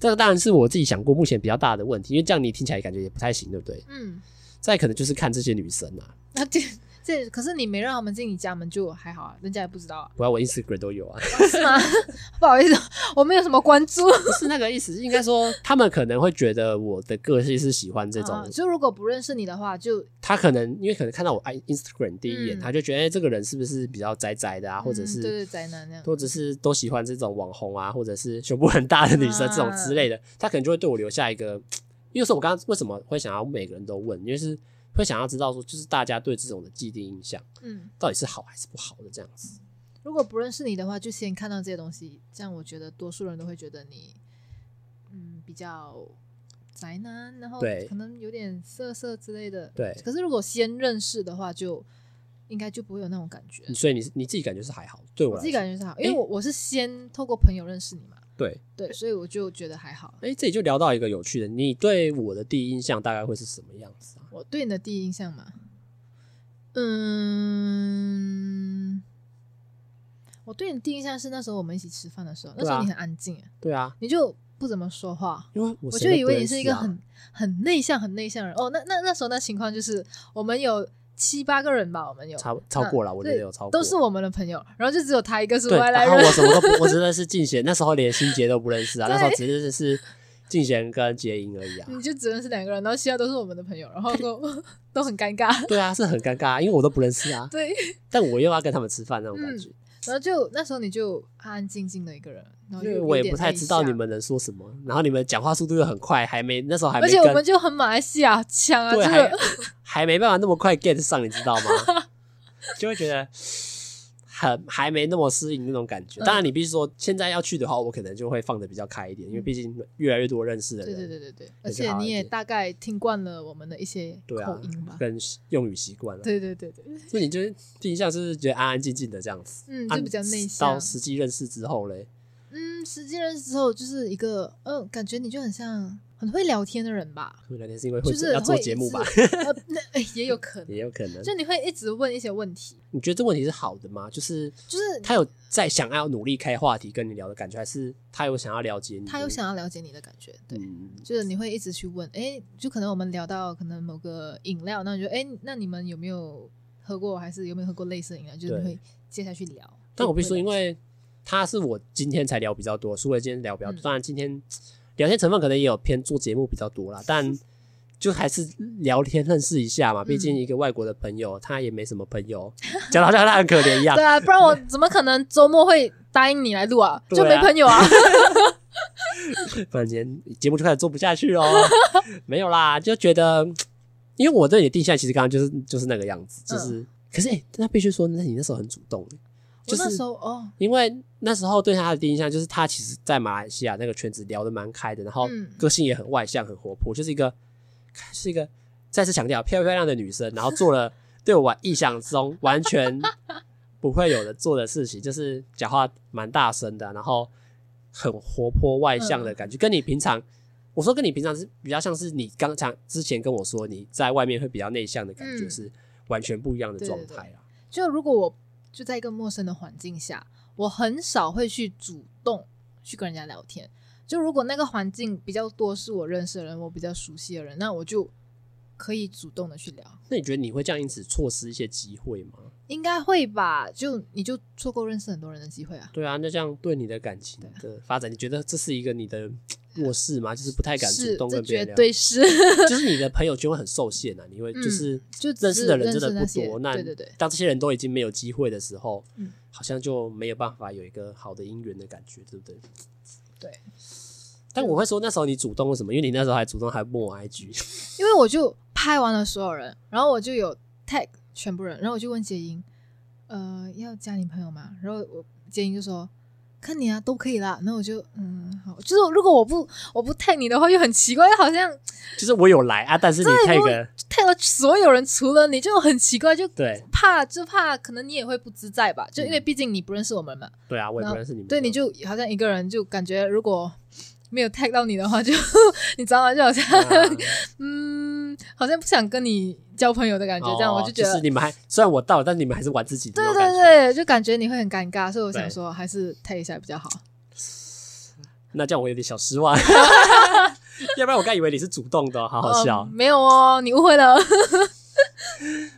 Speaker 1: 这个当然是我自己想过目前比较大的问题，因为这样你听起来感觉也不太行，对不对？
Speaker 2: 嗯，
Speaker 1: 再可能就是看这些女生啊，
Speaker 2: 那这这可是你没让他们进你家门就还好啊，人家也不知道啊，
Speaker 1: 不然我 Instagram 都有啊， [LAUGHS]
Speaker 2: 是吗？不好意思，我没有什么关注。
Speaker 1: 不是那个意思，应该说他们可能会觉得我的个性是喜欢这种，
Speaker 2: 啊就如果不认识你的话，就
Speaker 1: 他可能因为可能看到我 i Instagram 第一眼，
Speaker 2: 嗯
Speaker 1: 他就觉得、哎这个人是不是比较宅宅的啊，或者
Speaker 2: 嗯
Speaker 1: 是、
Speaker 2: 对对宅男那样。
Speaker 1: 或者是都喜欢这种网红啊，或者是胸部很大的女生
Speaker 2: 啊
Speaker 1: 这种之类的，他可能就会对我留下一个。因为是我刚刚为什么会想要每个人都问，因为是会想要知道说，就是大家对这种的既定印象
Speaker 2: 嗯，
Speaker 1: 到底是好还是不好的这样子。
Speaker 2: 如果不认识你的话，就先看到这些东西，这样我觉得多数人都会觉得你，嗯，比较宅男，然后
Speaker 1: 对
Speaker 2: 可能有点色色之类的。
Speaker 1: 对
Speaker 2: 可是如果先认识的话，就应该就不会有那种感觉。
Speaker 1: 所以你你自己感觉是还好，对我
Speaker 2: 嗯我
Speaker 1: 来
Speaker 2: 自己
Speaker 1: 说，
Speaker 2: 感觉是好，因为
Speaker 1: 嗯诶
Speaker 2: 我我是先透过朋友认识你嘛，
Speaker 1: 对。
Speaker 2: 对，所以我就觉得还好。
Speaker 1: 哎、这里就聊到一个有趣的，你对我的第一印象大概会是什么样子啊？
Speaker 2: 我对你的第一印象嘛，嗯，我对你的第一印象是那时候我们一起吃饭的时候，那时
Speaker 1: 对
Speaker 2: 候
Speaker 1: 啊
Speaker 2: 你很安静，诶
Speaker 1: 对啊，
Speaker 2: 你就不怎么说话，
Speaker 1: 因为我
Speaker 2: 我
Speaker 1: 我
Speaker 2: 就以为你是一
Speaker 1: 啊
Speaker 2: 个很很内向、很内向的人。哦，那那那时候那情况就是，我们有七八个人吧，我们有
Speaker 1: 超超过了，我觉得
Speaker 2: 对
Speaker 1: 有超过，
Speaker 2: 都是我们的朋友，然后就只有他一个是
Speaker 1: 对，
Speaker 2: 外来
Speaker 1: 然后
Speaker 2: 人
Speaker 1: 我。什么都
Speaker 2: [LAUGHS]
Speaker 1: 不，我真的是静贤，那时候连欣杰都不认识啊，
Speaker 2: 对嗯
Speaker 1: 那时候只认识是静贤跟杰莹而已啊。
Speaker 2: 你就只认识两个人，然后其他都是我们的朋友，然后
Speaker 1: [LAUGHS]
Speaker 2: 都都很尴尬。
Speaker 1: 对啊，是很尴尬啊，因为我都不认识啊，
Speaker 2: 对， [LAUGHS] 嗯
Speaker 1: 但我又要跟他们吃饭那种感觉，
Speaker 2: 然后就那时候你就安安静静的一个人，然
Speaker 1: 因
Speaker 2: 后就
Speaker 1: 为
Speaker 2: 有
Speaker 1: 我也
Speaker 2: 点
Speaker 1: 不太
Speaker 2: 内
Speaker 1: 知道
Speaker 2: 向
Speaker 1: 你，们能说什么，然后你们讲话速度又很快，还没那时候还
Speaker 2: 而
Speaker 1: 没
Speaker 2: 且我们
Speaker 1: 跟，
Speaker 2: 就很马来西亚腔啊，
Speaker 1: 对，
Speaker 2: 这
Speaker 1: 还 [LAUGHS]
Speaker 2: 个
Speaker 1: 还没办法那么快 get 上，你知道吗？就会觉得。很还没那么适应那种感觉，
Speaker 2: 嗯
Speaker 1: 当然你必须说现在要去的话，我可能就会放的比较开一点，因为毕竟越来越多认识的
Speaker 2: [LAUGHS] 嗯对
Speaker 1: 人，
Speaker 2: 对对对对，
Speaker 1: 也
Speaker 2: 而
Speaker 1: 是
Speaker 2: 且
Speaker 1: 好一
Speaker 2: 你也
Speaker 1: 点
Speaker 2: 大概听惯了我们的一些
Speaker 1: 对啊
Speaker 2: 口音吧，
Speaker 1: 跟用语习惯了，啊
Speaker 2: 对对对对，
Speaker 1: 所以你就是第一印象是觉得安安静静的这样子，
Speaker 2: 嗯，
Speaker 1: 啊
Speaker 2: 就比较内
Speaker 1: 到
Speaker 2: 向。
Speaker 1: 实际认识之后嘞，
Speaker 2: 嗯，实际认识之后就是一个，嗯，感觉你就很像很会聊天的人吧，
Speaker 1: 聊天是因为会
Speaker 2: 就
Speaker 1: 做
Speaker 2: 是
Speaker 1: 要做
Speaker 2: 会一
Speaker 1: 节目吧，
Speaker 2: 直
Speaker 1: [LAUGHS]
Speaker 2: 呃，那哎也有可能，
Speaker 1: 也有可能。
Speaker 2: 就你会一直问一些问题，
Speaker 1: 你觉得这问题是好的吗？就是
Speaker 2: 就是
Speaker 1: 他有在想要努力开话题跟你聊的感觉，还是他有想要了解你？
Speaker 2: 他有想要了解你的感觉，对，
Speaker 1: 嗯，
Speaker 2: 就是你会一直去问，哎，就可能我们聊到可能某个饮料，那你就哎，那你们有没有喝过，还是有没有喝过类似的饮料？就是你
Speaker 1: 对
Speaker 2: 会接下去聊。
Speaker 1: 但我必须说，
Speaker 2: 会
Speaker 1: 因
Speaker 2: 聊
Speaker 1: 为他是我今天才聊比较多，苏伟今天聊比较多，
Speaker 2: 嗯
Speaker 1: 当然今天聊天成分可能也有偏做节目比较多啦，但就还是聊天认识一下
Speaker 2: 嗯
Speaker 1: 嘛，毕竟一个外国的朋友，他也没什么朋
Speaker 2: [LAUGHS]
Speaker 1: 友，讲到好像他很可怜一样
Speaker 2: 对。啊，不然我怎么可能周末会答应你来录啊？
Speaker 1: 对啊
Speaker 2: 就没朋
Speaker 1: [LAUGHS]
Speaker 2: 友 [LAUGHS] 啊。
Speaker 1: 不然今天节目就开始做不下去哦。 [LAUGHS] 没有啦，就觉得，因为我对你的定向其实刚刚就是就是那个样子，就是，可是哎、欸那必须说，那你那时候很主动，就
Speaker 2: 嗯我那
Speaker 1: 是
Speaker 2: 时候哦，
Speaker 1: 因为那时候对他的第一印象就是他其实在马来西亚那个圈子聊得蛮开的，然后
Speaker 2: 嗯
Speaker 1: 个性也很外向、很活泼，就是一个是一个再次强调漂漂亮的女生，然后做
Speaker 2: [LAUGHS]
Speaker 1: 了对我意想中完全不会有的做的事情，就是讲话蛮大声的，然后很活泼外向
Speaker 2: 嗯
Speaker 1: 的感觉，跟你平常。我说跟你平常是比较像是你刚才之前跟我说你在外面会比较内向的感觉
Speaker 2: 嗯
Speaker 1: 是完全不一样的
Speaker 2: 对
Speaker 1: 状
Speaker 2: 对对
Speaker 1: 态啊。
Speaker 2: 就如果我就在一个陌生的环境下，我很少会去主动去跟人家聊天。就如果那个环境比较多是我认识的人，我比较熟悉的人，那我就可以主动的去聊，
Speaker 1: 那你觉得你会这样因此错失一些机会吗？
Speaker 2: 应该会吧？就你就错过认识很多人的机会啊。
Speaker 1: 对啊，那这样对你的感情的发展，你觉得这是一个你的弱势吗？就是不太敢主
Speaker 2: 是，
Speaker 1: 动
Speaker 2: 这
Speaker 1: 跟别
Speaker 2: 绝
Speaker 1: 人聊，[LAUGHS]
Speaker 2: 对是。
Speaker 1: 就是你的朋友圈会很受限啊，你会
Speaker 2: 嗯
Speaker 1: 就是
Speaker 2: 就只
Speaker 1: 认识的人
Speaker 2: 认
Speaker 1: 真的不
Speaker 2: 识那些
Speaker 1: 多，那
Speaker 2: 对对对
Speaker 1: 当这些人都已经没有机会的时候
Speaker 2: 嗯，
Speaker 1: 好像就没有办法有一个好的姻缘的感觉，对不对？
Speaker 2: 对。
Speaker 1: 但我会说那时候你主动为什么？因为你那时候还主动还问我 IG，
Speaker 2: 因为我就拍完了所有人，然后我就有 tag 全部人，然后我就问杰英，呃，要加你朋友吗？然后我杰英就说，看你啊，都可以啦。然后我就嗯，好，就是如果我不我不 tag 你的话，又很奇怪，又好像
Speaker 1: [LAUGHS] 就是我有来啊，但是你
Speaker 2: 对
Speaker 1: 太
Speaker 2: 我
Speaker 1: 个
Speaker 2: tag 了所有人，除了你就很奇怪，就
Speaker 1: 对嗯
Speaker 2: 怕就怕可能你也会不自在吧，就因为毕竟你不认识我们嘛，
Speaker 1: 对啊，我也
Speaker 2: 然
Speaker 1: 不
Speaker 2: 后
Speaker 1: 认识你们，
Speaker 2: 对，你就好像一个人就感觉如果。没有 tag 到你的话就， [LAUGHS] 你知道吗？就好像、
Speaker 1: 啊
Speaker 2: [LAUGHS] 嗯，好像不想跟你交朋友的感觉，这样
Speaker 1: 哦
Speaker 2: 我就觉得
Speaker 1: 是你们还虽然我到了，但你们还是玩自己的
Speaker 2: 对
Speaker 1: 那种
Speaker 2: 对
Speaker 1: 感觉。
Speaker 2: 对，就感觉你会很尴尬，所以我
Speaker 1: 对
Speaker 2: 想说还是 tag 一下比较好。
Speaker 1: 那这样我有点小失望， [LAUGHS] 要不然我刚以为你是主动的哦，好好笑。
Speaker 2: 嗯没有哦，你误
Speaker 1: [LAUGHS]
Speaker 2: 会了。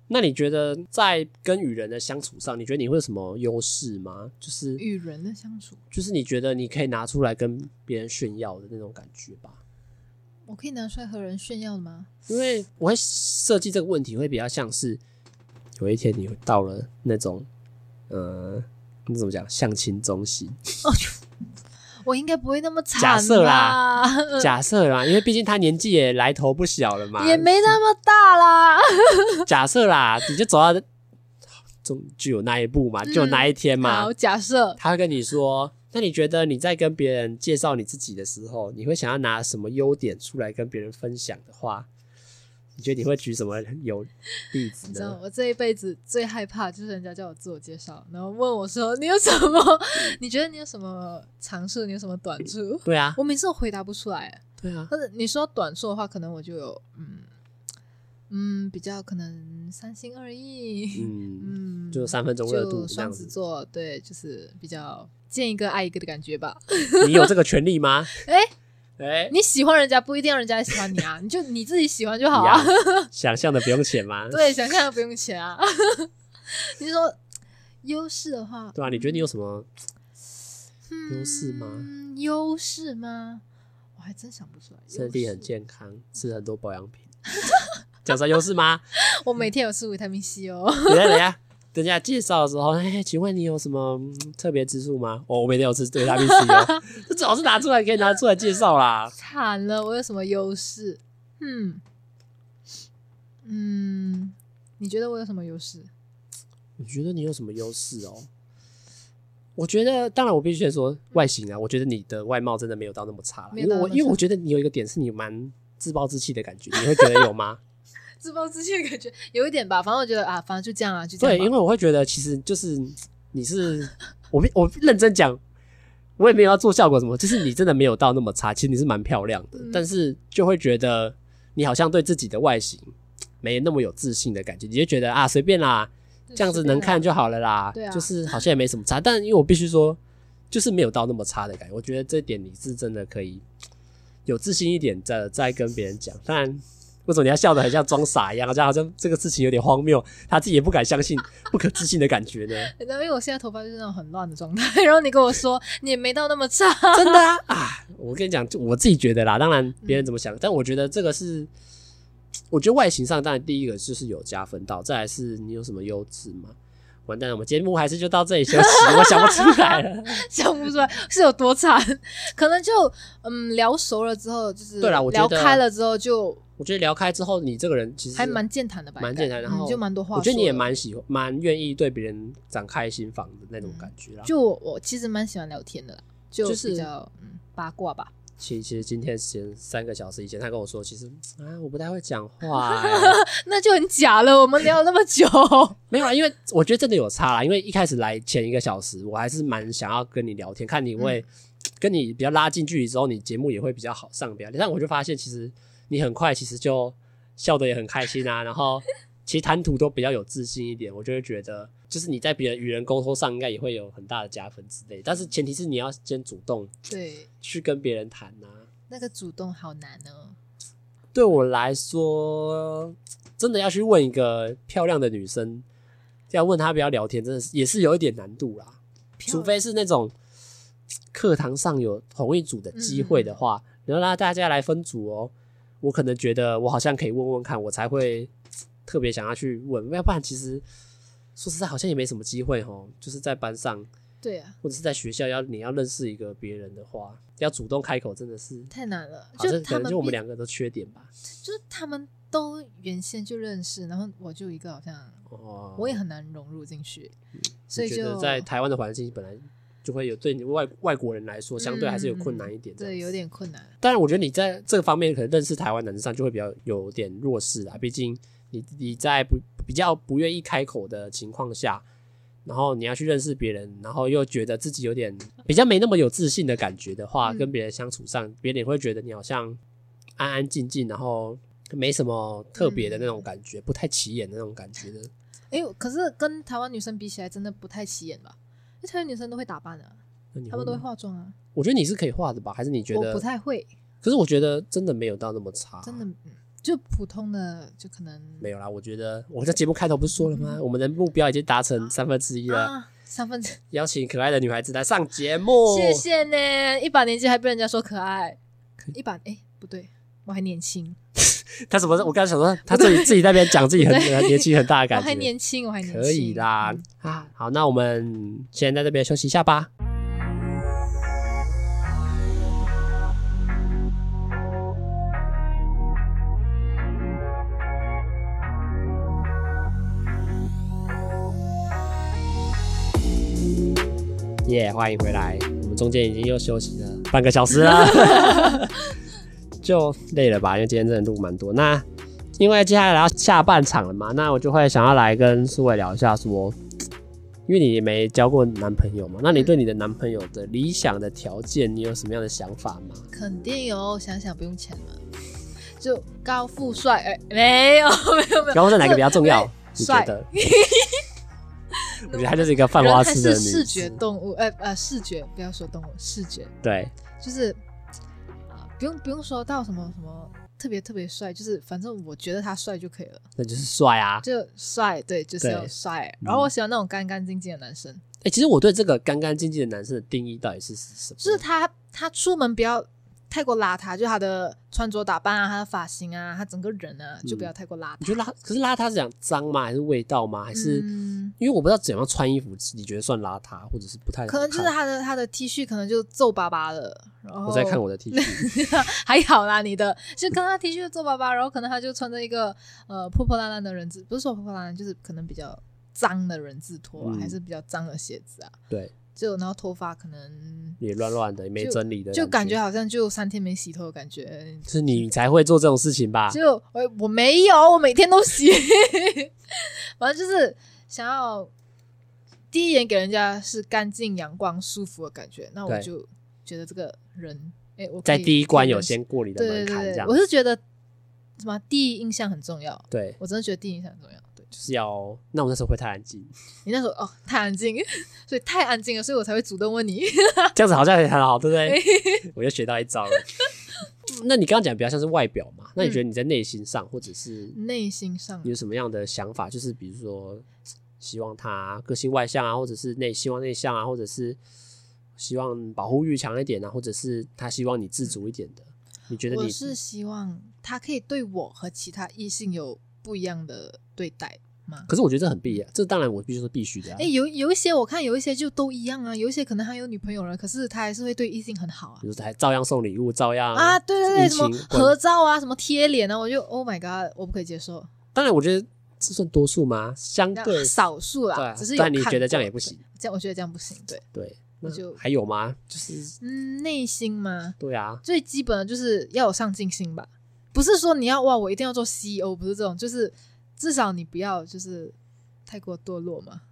Speaker 1: 那你觉得在跟与人的相处上，你觉得你会有什么优势吗？就是
Speaker 2: 与人的相处，
Speaker 1: 就是你觉得你可以拿出来跟别人炫耀的那种感觉吧？
Speaker 2: 我可以拿出来和人炫耀的吗？
Speaker 1: 因为我会设计这个问题，会比较像是有一天你到了那种呃，你怎么讲相亲中心？
Speaker 2: 我应该不会那么惨吧
Speaker 1: 假设啦，
Speaker 2: 嗯
Speaker 1: 假设啦，因为毕竟他年纪也来头不小了嘛，
Speaker 2: [LAUGHS] 也没那么大啦。
Speaker 1: 假设啦，你就走到终就有那一步嘛，就有那一天嘛。
Speaker 2: 好，假设
Speaker 1: 他会跟你说，那你觉得你在跟别人介绍你自己的时候，你会想要拿什么优点出来跟别人分享的话，你觉得你会举什么有例子
Speaker 2: 你知道
Speaker 1: 呢？
Speaker 2: 我这一辈子最害怕就是人家叫我自我介绍，然后问我说你有什么？你觉得你有什么长处？你有什么短处？
Speaker 1: 对啊，
Speaker 2: 我每次都回答不出来。
Speaker 1: 对啊，
Speaker 2: 但是你说短处的话，可能我就有嗯嗯比较可能三心二意，
Speaker 1: 嗯，
Speaker 2: 嗯，
Speaker 1: 就三分钟热度
Speaker 2: 就
Speaker 1: 这样
Speaker 2: 双子
Speaker 1: 子，
Speaker 2: 座，对，就是比较见一个爱一个的感觉吧。
Speaker 1: 你有这个权利
Speaker 2: [LAUGHS]
Speaker 1: 吗？
Speaker 2: 哎
Speaker 1: 哎，
Speaker 2: 你喜欢人家不一定要人家喜欢你啊，你就你自己喜欢就好啊。
Speaker 1: 呀，想象的不用钱吗？
Speaker 2: [LAUGHS] 对，想象不用钱啊。 [LAUGHS] 你说优势的话，
Speaker 1: 对啊，你觉得你有什么？
Speaker 2: 嗯
Speaker 1: 优势吗？
Speaker 2: 优势吗？我还真想不出来。
Speaker 1: 身体很
Speaker 2: 优势
Speaker 1: 健康，吃很多保养品， [LAUGHS] 讲啥优势吗？
Speaker 2: [LAUGHS] 我每天有吃维他命 C 哦。
Speaker 1: 等
Speaker 2: [LAUGHS]
Speaker 1: 一下，等一下，等一下介绍的时候，哎、请问你有什么嗯特别之处吗？哦，我每天有吃维他命 C 哦， [LAUGHS] 这最好是拿出来可以拿出来介绍啦。
Speaker 2: 惨了，我有什么优势？嗯嗯，你觉得我有什么优势？
Speaker 1: 你觉得你有什么优势哦？我觉得，当然我必须先说外形啊，我觉得你的外貌真的没有到那么差啦，
Speaker 2: 没
Speaker 1: 因为
Speaker 2: 有到那
Speaker 1: 我
Speaker 2: 么
Speaker 1: 因为我
Speaker 2: 差
Speaker 1: 觉得你有一个点是你蛮自暴自弃的感觉，你会觉得有吗？
Speaker 2: 自暴自弃的感觉有一点吧，反正我觉得啊，反正就这样啊，就这
Speaker 1: 对，
Speaker 2: 样吧。
Speaker 1: 因为我会觉得其实就是你是我没我认真讲，我也没有要做效果什么，就是你真的没有到那么差，其实你是蛮漂亮的，
Speaker 2: 嗯
Speaker 1: 但是就会觉得你好像对自己的外形没那么有自信的感觉，你就觉得啊随便啦，
Speaker 2: 就
Speaker 1: 这样子
Speaker 2: 随便
Speaker 1: 能看就好了啦，
Speaker 2: 对啊
Speaker 1: 就是好像也没什么差，但因为我必须说，就是没有到那么差的感觉，我觉得这点你是真的可以有自信一点再再跟别人讲，当然。为什么你要笑得很像装傻一样？好像好像这个事情有点荒谬，他自己也不敢相信，不可置信的感觉呢？
Speaker 2: 啦，那因为我现在头发就是那种很乱的状态，然 [LAUGHS] 后你跟我说你也没到那么差， [LAUGHS]
Speaker 1: 真的啊！啊，我跟你讲，就我自己觉得啦，当
Speaker 2: 嗯
Speaker 1: 然别人怎么想，但我觉得这个是，我觉得外形上当然第一个就是有加分到，再来是你有什么优质吗？完蛋了，我们节目还是就到这里休息，我想不出来了。
Speaker 2: 想不出来是有多惨，可能就嗯聊熟了之后，就是
Speaker 1: 对啦我觉
Speaker 2: 聊
Speaker 1: 得
Speaker 2: 开了之后就
Speaker 1: 我觉得聊开之后，你这个人其实
Speaker 2: 还蛮健谈的吧，
Speaker 1: 蛮
Speaker 2: 应该
Speaker 1: 健谈然后
Speaker 2: 嗯就蛮多话，
Speaker 1: 我觉得你也。蛮喜欢、蛮愿意对别人展开心
Speaker 2: 嗯
Speaker 1: 房的那种感觉啦。
Speaker 2: 就我我其实蛮喜欢聊天的啦，就
Speaker 1: 就是
Speaker 2: 比较、嗯、八卦吧， [LAUGHS]
Speaker 1: 其其实今天前三个小时以前，他跟我说，其实啊，我不太会讲
Speaker 2: [LAUGHS]
Speaker 1: 话、欸
Speaker 2: 那就很假了。我们聊了那么久， [LAUGHS]
Speaker 1: 没有啊，因为我觉得真的有差啦。因为一开始来前一个小时，我还是蛮想要跟你聊天，看你会、跟你比较拉近距离之后，你节目也会比较好上表。但我就发现，其实你很快其实就笑得也很开心啊，然后其实谈吐都比较有自信一点，我就会觉得，就是你在别人与人沟通上应该也会有很大的加分之类。但是前提是你要先主动
Speaker 2: 对，
Speaker 1: 去跟别人谈啊。
Speaker 2: 那个主动好难哦。
Speaker 1: 对我来说，真的要去问一个漂亮的女生，要问她不要聊天，真的是也是有一点难度啦。除非是那种课堂上有同一组的机会
Speaker 2: 嗯
Speaker 1: 的话，然后让大家来分组哦。我可能觉得我好像可以问问看，我才会特别想要去问，要不然其实说实在好像也没什么机会哦。就是在班上
Speaker 2: 对啊，
Speaker 1: 或者是在学校要你要认识一个别人的话，要主动开口真的是，
Speaker 2: 太难了。
Speaker 1: 好像
Speaker 2: 他
Speaker 1: 可
Speaker 2: 们
Speaker 1: 能就我们
Speaker 2: 毕
Speaker 1: 两个的缺点吧。
Speaker 2: 就是他们都原先就认识，然后我就一个好像
Speaker 1: 哦，嗯
Speaker 2: 我也很难融入进去，所以
Speaker 1: 觉得
Speaker 2: 就
Speaker 1: 在台湾的环境本来就会有对你外外国人来说，相对还是有困难一点、这样
Speaker 2: 嗯对
Speaker 1: 子
Speaker 2: 有。点困难。
Speaker 1: 当然，我觉得你在这个方面可能认识台湾男生上就会比较有点弱势啊，毕竟你你在不比较不愿意开口的情况下，然后你要去认识别人，然后又觉得自己有点比较没那么有自信的感觉的话，
Speaker 2: 嗯
Speaker 1: 跟别人相处上，别人也会觉得你好像安安静静，然后没什么特别的那
Speaker 2: 嗯
Speaker 1: 种感觉，不太起眼的那种感觉的。
Speaker 2: 哎、可是跟台湾女生比起来，真的不太起眼吧？因为台湾女生都会打扮啊，
Speaker 1: 那你
Speaker 2: 她们都会
Speaker 1: 吗
Speaker 2: 化妆啊，
Speaker 1: 我觉得你是可以画的吧？还是你觉
Speaker 2: 我
Speaker 1: 得
Speaker 2: 不？太会，
Speaker 1: 可是我觉得真的没有到那么差，
Speaker 2: 真的、嗯就普通的就可能
Speaker 1: 啊没有啦。我觉得我在节目开头不是说了吗？我们的目标已经达成三分之一了，
Speaker 2: 嗯啊，三
Speaker 1: [LAUGHS]
Speaker 2: 分之。
Speaker 1: 邀请可爱的女孩子来上节目。
Speaker 2: 谢谢呢，一把年纪还被人家说可爱，一把哎、不对，我还年轻，
Speaker 1: 她怎么？我刚才想说，她自己自己在那边讲自己很
Speaker 2: 对
Speaker 1: 年纪很大的
Speaker 2: 我
Speaker 1: 感
Speaker 2: 还
Speaker 1: 觉，
Speaker 2: 年轻，我还年轻，
Speaker 1: 可以啦
Speaker 2: 嗯
Speaker 1: 啊。好，那我们先在这边休息一下吧。耶欢迎回来。我们中间已经又休息了半个小时了，就累了吧？因为今天真的录蛮多。那因为接下来要下半场了嘛，那我就会想要来跟苏伟聊一下说，因为你也没交过男朋友嘛，那你对你的男朋友的理想的条件，你有什么样的想法吗？
Speaker 2: 嗯肯定有，想想不用钱嘛，就高富帅，哎、没有没有没有，
Speaker 1: 高中哪个比较重要
Speaker 2: 对？
Speaker 1: 你觉
Speaker 2: 呃帅
Speaker 1: 得？ [LAUGHS] 我觉得她就是一个犯花
Speaker 2: 人还 [LAUGHS]
Speaker 1: 痴的
Speaker 2: 是
Speaker 1: 女
Speaker 2: 视
Speaker 1: 子，
Speaker 2: 觉动物，呃呃，视觉不要说动物，视觉
Speaker 1: 对，
Speaker 2: 就是啊、不用不用说到什么什么特别特别帅，就是反正我觉得他帅就可以了，
Speaker 1: 那就是帅啊。
Speaker 2: 就帅，对，就是要
Speaker 1: 对嗯
Speaker 2: 帅。然后我喜欢那种干干净净的男生，
Speaker 1: 哎、其实我对这个干干净净的男生的定义到底是什么？
Speaker 2: 就是他他出门不要太过邋遢，就他的穿着打扮啊，他的发型啊，他整个人啊，就不
Speaker 1: 嗯
Speaker 2: 要太过邋
Speaker 1: 你
Speaker 2: 遢。
Speaker 1: 觉得邋？可是邋遢是讲脏吗？还是味道吗？还是、
Speaker 2: 嗯
Speaker 1: 因为我不知道怎样穿衣服，你觉得算邋遢，或者是不太好
Speaker 2: 可能就是
Speaker 1: 看
Speaker 2: 他的他的 T 恤可能就皱巴巴的，然后
Speaker 1: 我在看我的 T 恤，
Speaker 2: [LAUGHS] 还好啦，你的就跟他 T 恤皱巴巴，然后可能他就穿着一个呃破破烂烂的人字，不是说破破烂烂，就是可能比较脏的人字拖、啊，
Speaker 1: 嗯
Speaker 2: 还是比较脏的鞋子啊，
Speaker 1: 对，
Speaker 2: 就然后头发可能
Speaker 1: 也乱乱的，也没整理的，
Speaker 2: 就感
Speaker 1: 觉
Speaker 2: 觉好像就三天没洗头的感觉。
Speaker 1: 是你才会做这种事情吧？
Speaker 2: 就我我没有，我每天都洗， [LAUGHS] 反正就是想要第一眼给人家是干净、阳光、舒服的感觉，那我
Speaker 1: 对
Speaker 2: 就觉得这个人，哎，我可
Speaker 1: 在
Speaker 2: 以
Speaker 1: 第一关
Speaker 2: 可以
Speaker 1: 有
Speaker 2: 认识
Speaker 1: 先过你的门
Speaker 2: 对对
Speaker 1: 槛，这
Speaker 2: 对对，
Speaker 1: 样
Speaker 2: 我是觉得什么第一印象很重要，
Speaker 1: 对，
Speaker 2: 我真的觉得第一印象很重要。对
Speaker 1: 就是要。那我那时候会太安静，
Speaker 2: 你那时候哦太安静， [LAUGHS] 所以太安静了，所以我才会主动问你。 [LAUGHS]
Speaker 1: 这样子好像也很好，对不对？我又学到一招了。 [LAUGHS] 那你刚刚讲比较像是外表嘛？那你觉
Speaker 2: 嗯
Speaker 1: 得你在内心上，或者是
Speaker 2: 内心上
Speaker 1: 你有什么样的想法？就是比如说，希望他个性外向啊，或者是内希望内向啊，或者是希望保护欲强一点啊，或者是他希望你自主一点的。你觉得
Speaker 2: 我
Speaker 1: 你
Speaker 2: 是希望他可以对我和其他异性有不一样的对待吗？
Speaker 1: 可是我觉得这很必要，这当然我必须说必须的、啊。
Speaker 2: 哎，有有一些我看有一些就都一样啊，有一些可能他有女朋友了，可是他还是会对异性很好啊
Speaker 1: 比。如说还照样送礼物，照样
Speaker 2: 啊，对对对，
Speaker 1: 殷
Speaker 2: 什么
Speaker 1: 勤关
Speaker 2: 合照啊，什么贴脸啊，我就 Oh my God，我不可以接受，
Speaker 1: 当然，我觉得这算多数吗？相对
Speaker 2: 少数
Speaker 1: 对啊
Speaker 2: 啦，只是有
Speaker 1: 但你
Speaker 2: 看
Speaker 1: 觉得这样
Speaker 2: 过
Speaker 1: 也不行？
Speaker 2: 这样我觉得这样不行，对。
Speaker 1: 对，那
Speaker 2: 就
Speaker 1: 还有吗？就是
Speaker 2: 嗯，内心嘛，
Speaker 1: 对啊，
Speaker 2: 最基本的就是要有上进心吧。不是说你要哇，我一定要做 CEO，不是这种，就是至少你不要就是太过堕落嘛。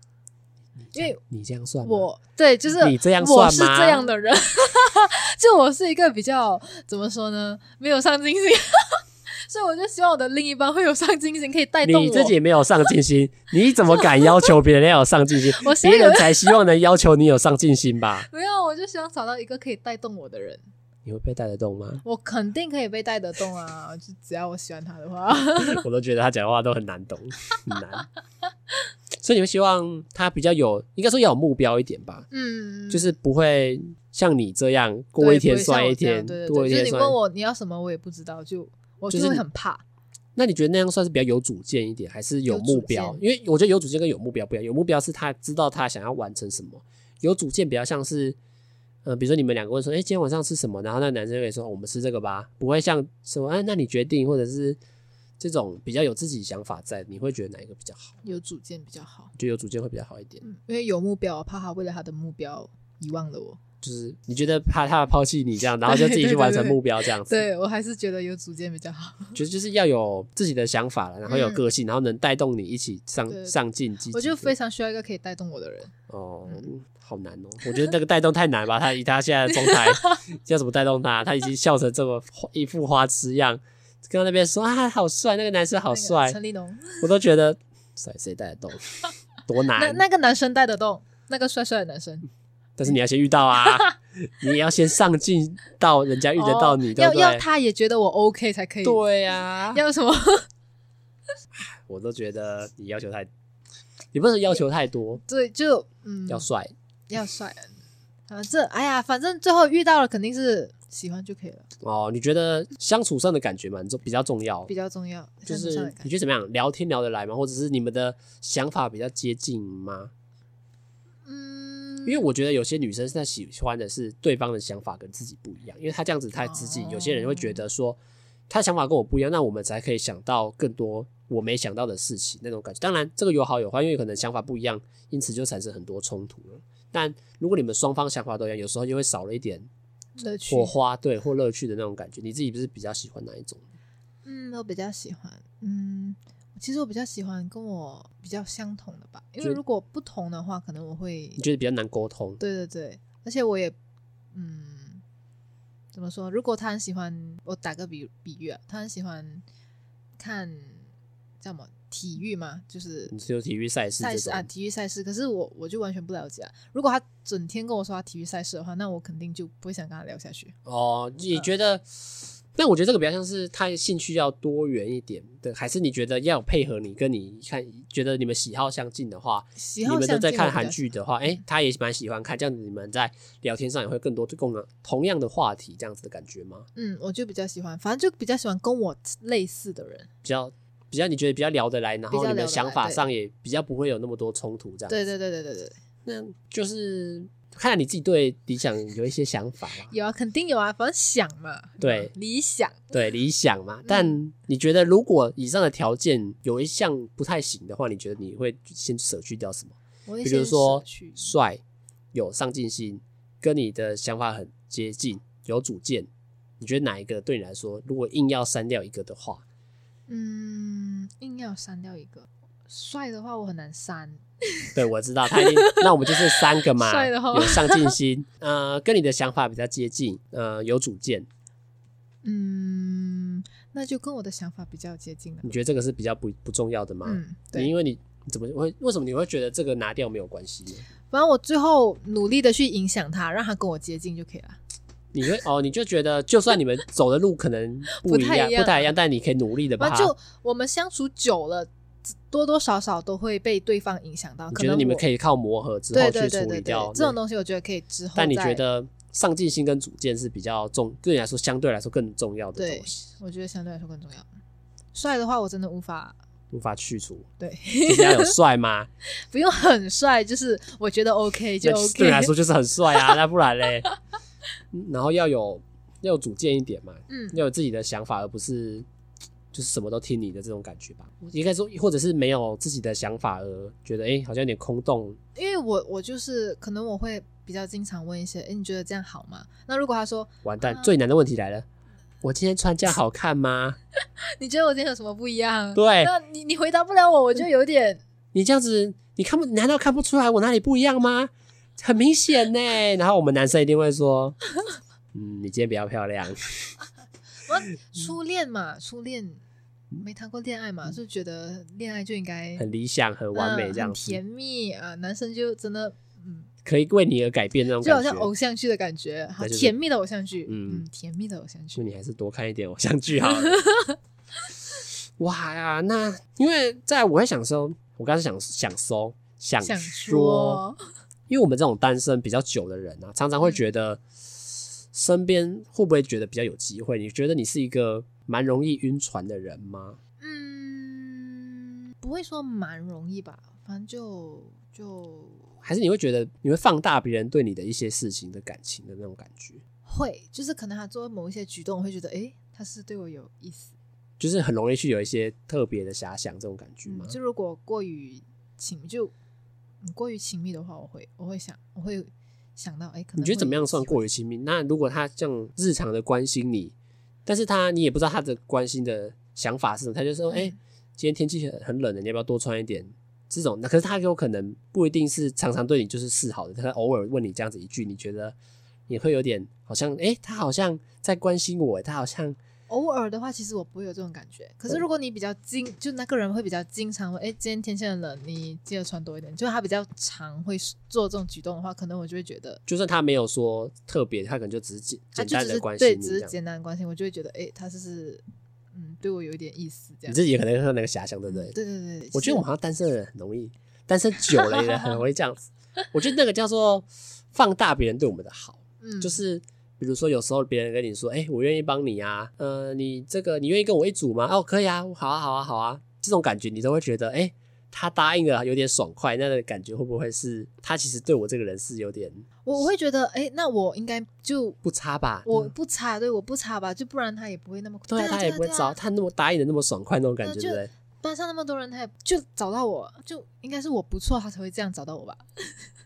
Speaker 2: 因为
Speaker 1: 你这样算吗
Speaker 2: 我对，就是
Speaker 1: 你这样算吗
Speaker 2: 我是这样的人， [LAUGHS] 就我是一个比较怎么说呢，没有上进心， [LAUGHS] 所以我就希望我的另一半会有上进心，可以带动我。
Speaker 1: 你自己没有上进心，你怎么敢要求别人要有上进心？
Speaker 2: [LAUGHS] 我希望
Speaker 1: 别
Speaker 2: 有
Speaker 1: 人才希望能要求你有上进心吧？
Speaker 2: 没有，我就希望找到一个可以带动我的人，
Speaker 1: 你会被带得动吗？ [LAUGHS]
Speaker 2: 我肯定可以被带得动啊！就只要我喜欢他的话， [LAUGHS]
Speaker 1: 我都觉得他讲话都很难懂，很难。所以你会希望他比较有，应该说要有目标一点吧，
Speaker 2: 嗯，
Speaker 1: 就是是不会像你这样过一天算一天，
Speaker 2: 对
Speaker 1: 过
Speaker 2: 对
Speaker 1: 一
Speaker 2: 对，就是
Speaker 1: 天
Speaker 2: 你
Speaker 1: 算
Speaker 2: 问
Speaker 1: 一天。
Speaker 2: 我你要什么，我也不知道，就我
Speaker 1: 就
Speaker 2: 就是会
Speaker 1: 你
Speaker 2: 很怕。
Speaker 1: 那你觉得那样算是比较有主见一点，还是有
Speaker 2: 有
Speaker 1: 目
Speaker 2: 主
Speaker 1: 标？
Speaker 2: 见
Speaker 1: 因为我觉得有主见跟有目标不一样，有目标是他知道他想要完成什么，有主见比较像是，呃，比如说你们两个问说，哎、今天晚上吃什么？然后那个男生就会说，我们吃这个吧，不会像什么，哎、那你决定，或者是这种比较有自己想法在，你会觉得哪一个比较好？
Speaker 2: 有主见比较好，
Speaker 1: 就有主见会比较好一点。
Speaker 2: 嗯，因为有目标，我怕他为了他的目标遗忘了我。
Speaker 1: 就是你觉得怕他抛弃你这样，然后就自己
Speaker 2: 对
Speaker 1: 去
Speaker 2: 对
Speaker 1: 完成
Speaker 2: 对
Speaker 1: 目标这样子，
Speaker 2: 对我还是觉得有主见比较好。
Speaker 1: 就是就是要有自己的想法了，然后有
Speaker 2: 嗯
Speaker 1: 个性，然后能带动你一起上
Speaker 2: 对
Speaker 1: 上进积极的。
Speaker 2: 我就非嗯常需要一个可以带动我的人。
Speaker 1: 哦，好难哦！我觉得那个带动太难吧。他以他现在的状
Speaker 2: [LAUGHS]
Speaker 1: 态，要怎么带动他？他已经笑成这么花一副花痴样，跟他那边说啊，好帅，那个男生好
Speaker 2: 那个
Speaker 1: 帅，
Speaker 2: 陈立农，
Speaker 1: 我都觉得谁谁带得动，多
Speaker 2: 那
Speaker 1: 难。
Speaker 2: 那个男生带得动，那个帅帅的男生
Speaker 1: 但是你要先遇到
Speaker 2: [LAUGHS]
Speaker 1: 啊，你也要先上进到人家遇得到你，
Speaker 2: 哦
Speaker 1: 对不
Speaker 2: 要要啊
Speaker 1: 对？
Speaker 2: 他也觉得我 OK 才可以。
Speaker 1: 对呀，
Speaker 2: 要什么？
Speaker 1: 我都觉得你要求太，也不是要求太多，
Speaker 2: 对，就嗯，
Speaker 1: 要帅。
Speaker 2: 要帅啊！这哎呀，反正最后遇到了肯定是喜欢就可以了，
Speaker 1: 哦，你觉得相处上的感觉蛮重，比较重要
Speaker 2: 比。较重要。
Speaker 1: 就
Speaker 2: 相处上的
Speaker 1: 是
Speaker 2: 感
Speaker 1: 你觉
Speaker 2: 觉
Speaker 1: 得怎么样？聊天聊得来吗？或者是你们的想法比较接近吗？
Speaker 2: 嗯，
Speaker 1: 因为我觉得有些女生是她喜欢的是对方的想法跟自己不一样，因为她这样子太自己，有些人会觉
Speaker 2: 哦
Speaker 1: 得说她想法跟我不一样，那我们才可以想到更多我没想到的事情那种感觉。当然，这个有好有坏，因为可能想法不一样，因此就产生很多冲突了。但如果你们双方想法都一样，有时候就会少了一点
Speaker 2: 乐趣
Speaker 1: 火，花，对或乐趣的那种感觉。你自己不是比较喜欢哪一种？
Speaker 2: 嗯，我比较喜欢，嗯，其实我比较喜欢跟我比较相同的吧，因
Speaker 1: 就
Speaker 2: 为如果不同的话，可能我会，
Speaker 1: 你觉得比较难沟通？
Speaker 2: 对对对，而且我也，嗯，怎么说？如果他很喜欢，我打个比比喻啊，他很喜欢看叫什么体育嘛，就是
Speaker 1: 你是有体育赛事
Speaker 2: 赛
Speaker 1: 这
Speaker 2: 事啊，
Speaker 1: 种，
Speaker 2: 体育赛事。可是我我就完全不了解啊。如果他整天跟我说他体育赛事的话，那我肯定就不会想跟他聊下去。
Speaker 1: 哦，你
Speaker 2: 嗯
Speaker 1: 觉得？但我觉得这个比较像是他的兴趣要多元一点的，还是你觉得要配合你跟你看，觉得你们喜好相近的话，
Speaker 2: 喜
Speaker 1: 你
Speaker 2: 好
Speaker 1: 们都
Speaker 2: 相
Speaker 1: 在
Speaker 2: 近，
Speaker 1: 看韩，剧的话，哎、他也蛮喜欢看，这样子你们在聊天上也会更多共啊同样的话题，这样子的感觉吗？
Speaker 2: 嗯，我就比较喜欢，反正就比较喜欢跟我类似的人。
Speaker 1: 比较比较你觉得比较聊得来，然后
Speaker 2: 比较
Speaker 1: 你
Speaker 2: 聊
Speaker 1: 们
Speaker 2: 得
Speaker 1: 想
Speaker 2: 来
Speaker 1: 法
Speaker 2: 对
Speaker 1: 上也比较不会有那么多冲突，这样
Speaker 2: 对
Speaker 1: 子
Speaker 2: 对对对对对，
Speaker 1: 那就是看来你自己对理想有一些想法吧。
Speaker 2: 有啊，肯定有啊，反正想嘛，嗯
Speaker 1: 对
Speaker 2: 理想，
Speaker 1: 对理想嘛。
Speaker 2: 嗯
Speaker 1: 但你觉得，如果以上的条件有一项不太行的话，你觉得你会先舍去掉什么？
Speaker 2: 我会
Speaker 1: 比如
Speaker 2: 先
Speaker 1: 说
Speaker 2: 舍去
Speaker 1: 帅、有上进心，跟你的想法很接近、有主见，你觉得哪一个对你来说，如果硬要删掉一个的话，
Speaker 2: 嗯，硬要删掉一个帅的话，我很难删。
Speaker 1: 对我知道他一
Speaker 2: [LAUGHS]
Speaker 1: 定，那我们就是三个嘛，
Speaker 2: 帅的话
Speaker 1: 有上进心，呃，跟你的想法比较接近，呃，有主见，
Speaker 2: 嗯，那就跟我的想法比较接近了
Speaker 1: 你。觉得这个是比较不不重要的吗？
Speaker 2: 嗯，
Speaker 1: 你
Speaker 2: 对，
Speaker 1: 因为你你怎么会为什么你会觉得这个拿掉没有关系呢？
Speaker 2: 反正我最后努力的去影响他，让他跟我接近就可以了。
Speaker 1: 你会哦，你就觉得就算你们走的路可
Speaker 2: [LAUGHS]
Speaker 1: 能不
Speaker 2: 不
Speaker 1: 一
Speaker 2: 太
Speaker 1: 样，
Speaker 2: 一样
Speaker 1: 不太一样，但你可以努力的把
Speaker 2: 那
Speaker 1: 它。
Speaker 2: 就我们相处久了，多多少少都会被对方影响到。
Speaker 1: 你
Speaker 2: 可
Speaker 1: 觉得
Speaker 2: 能
Speaker 1: 你们
Speaker 2: 我
Speaker 1: 可以靠磨合之后
Speaker 2: 对
Speaker 1: 去
Speaker 2: 对
Speaker 1: 处
Speaker 2: 对
Speaker 1: 理
Speaker 2: 对对
Speaker 1: 掉那，
Speaker 2: 这种东西，我觉得可以之后。
Speaker 1: 但你觉？得上进心跟主见是比较重，对你来说相对来说更重要的
Speaker 2: 对
Speaker 1: 东西，
Speaker 2: 我觉得相对来说更重要。帅的话，我真的无法
Speaker 1: 无法去除。
Speaker 2: 对， [LAUGHS]
Speaker 1: 就是要有帅嘛，
Speaker 2: 不用很帅，就是我觉得 OK [LAUGHS] 就
Speaker 1: 那就是对
Speaker 2: OK
Speaker 1: 你。来说就是很帅啊，那不然嘞？嗯然后要有要有主见一点嘛，
Speaker 2: 嗯，
Speaker 1: 要有自己的想法，而不是就是什么都听你的这种感觉吧。应该说，或者是没有自己的想法而觉得，哎、好像有点空洞。
Speaker 2: 因为我我就是可能我会比较经常问一些，哎，你觉得这样好吗？那如果他说
Speaker 1: 完蛋，
Speaker 2: 啊
Speaker 1: 最难的问题来了，我今天穿这样好看吗？
Speaker 2: 你觉得我今天有什么不一样？
Speaker 1: 对
Speaker 2: 那你你回答不了我，我就有点
Speaker 1: 你这样子，你看不，难道看不出来我哪里不一样吗？很明显呢。然后我们男生一定会说，嗯，你今天比较漂亮。嗯
Speaker 2: 初恋嘛，初恋没谈过恋爱嘛，就觉得恋爱就应该
Speaker 1: 嗯很理想、很完美
Speaker 2: 嗯
Speaker 1: 这样
Speaker 2: 很
Speaker 1: 子，
Speaker 2: 甜蜜啊，男生就真的嗯，
Speaker 1: 可以为你而改变那种
Speaker 2: 就好
Speaker 1: 感
Speaker 2: 像
Speaker 1: 觉。
Speaker 2: 偶像剧的感觉，好
Speaker 1: 那就是
Speaker 2: 甜蜜的偶像剧，
Speaker 1: 嗯
Speaker 2: 嗯，甜蜜的偶像
Speaker 1: 就
Speaker 2: 剧，
Speaker 1: 你还是多看一点偶像剧好
Speaker 2: [LAUGHS]
Speaker 1: 了。哇呀，那因为在我在想说，我刚才想想说想
Speaker 2: 想
Speaker 1: 说，
Speaker 2: 说
Speaker 1: 因为我们这种单身比较久的人啊，常常会
Speaker 2: 嗯
Speaker 1: 觉得身边会不会觉得比较有机会？你觉得你是一个蛮容易晕船的人吗？
Speaker 2: 嗯，不会说蛮容易吧，反正就就
Speaker 1: 还是你会觉得你会放大别人对你的一些事情的感情的那种感觉，
Speaker 2: 会，就是可能他做某一些举动，我会觉得诶，他是对我有意思，
Speaker 1: 就是很容易去有一些特别的遐想这种感觉吗
Speaker 2: 嗯，？就如果过于情就嗯过于亲密的话，我会我会想我会想到诶，可能
Speaker 1: 你觉得怎么样算过
Speaker 2: 于？
Speaker 1: 于亲密？那如果他这样日常的关心你，但是他你也不知道他的关心的想法是什么，他就说：“哎、
Speaker 2: 嗯
Speaker 1: 今天天气很很冷的，你要不要多穿一点？”这种，那可是他有可能不一定是常常对你就是示好的，他偶尔问你这样子一句，你觉得你会有点好像，哎、他好像在关心我，他好像
Speaker 2: 偶尔的话，其实我不会有这种感觉。可
Speaker 1: 哦
Speaker 2: 是如果你比较经，就那个人会比较经常问，哎，今天天气很冷，你记得穿多一点。就他比较常会做这种举动的话，可能我就会觉得，
Speaker 1: 就算他没有说特别，他可能就只是简
Speaker 2: 他
Speaker 1: 简
Speaker 2: 就
Speaker 1: 单
Speaker 2: 只
Speaker 1: 的
Speaker 2: 是
Speaker 1: 关心
Speaker 2: 对，
Speaker 1: 你
Speaker 2: 只
Speaker 1: 这
Speaker 2: 是
Speaker 1: 样。
Speaker 2: 简单的关心，我就会觉得，哎，他是不是嗯对我有一点意思
Speaker 1: 你
Speaker 2: 这样。
Speaker 1: 自己也可能会有那个遐想，对不对？
Speaker 2: 嗯对对对，
Speaker 1: 我觉得我们
Speaker 2: 我
Speaker 1: 好像单身的人很容易，单身久了也很容易这
Speaker 2: [LAUGHS]
Speaker 1: 样子。我觉得那个叫做放大别人对我们的好，
Speaker 2: 嗯
Speaker 1: 就是比如说有时候别人跟你说：“哎、我愿意帮你啊，呃，你这个你愿意跟我一组吗？”哦，可以啊，好啊，好啊，好啊，这种感觉你都会觉得，哎、他答应了有点爽快，那个感觉会不会是他其实对我这个人是有点
Speaker 2: 我我会觉得，哎，那我应该就
Speaker 1: 不差吧？
Speaker 2: 我
Speaker 1: 嗯
Speaker 2: 不差，对，我不差吧，就不然他也不会那么
Speaker 1: 对啊，
Speaker 2: 啊，
Speaker 1: 他也不会
Speaker 2: 找
Speaker 1: 找他那么答应的那么爽快那种感觉，
Speaker 2: 那
Speaker 1: 对
Speaker 2: 就
Speaker 1: 不对？
Speaker 2: 班上那么多人，他也就找到我，就应该是我不错，他才会这样找到我吧。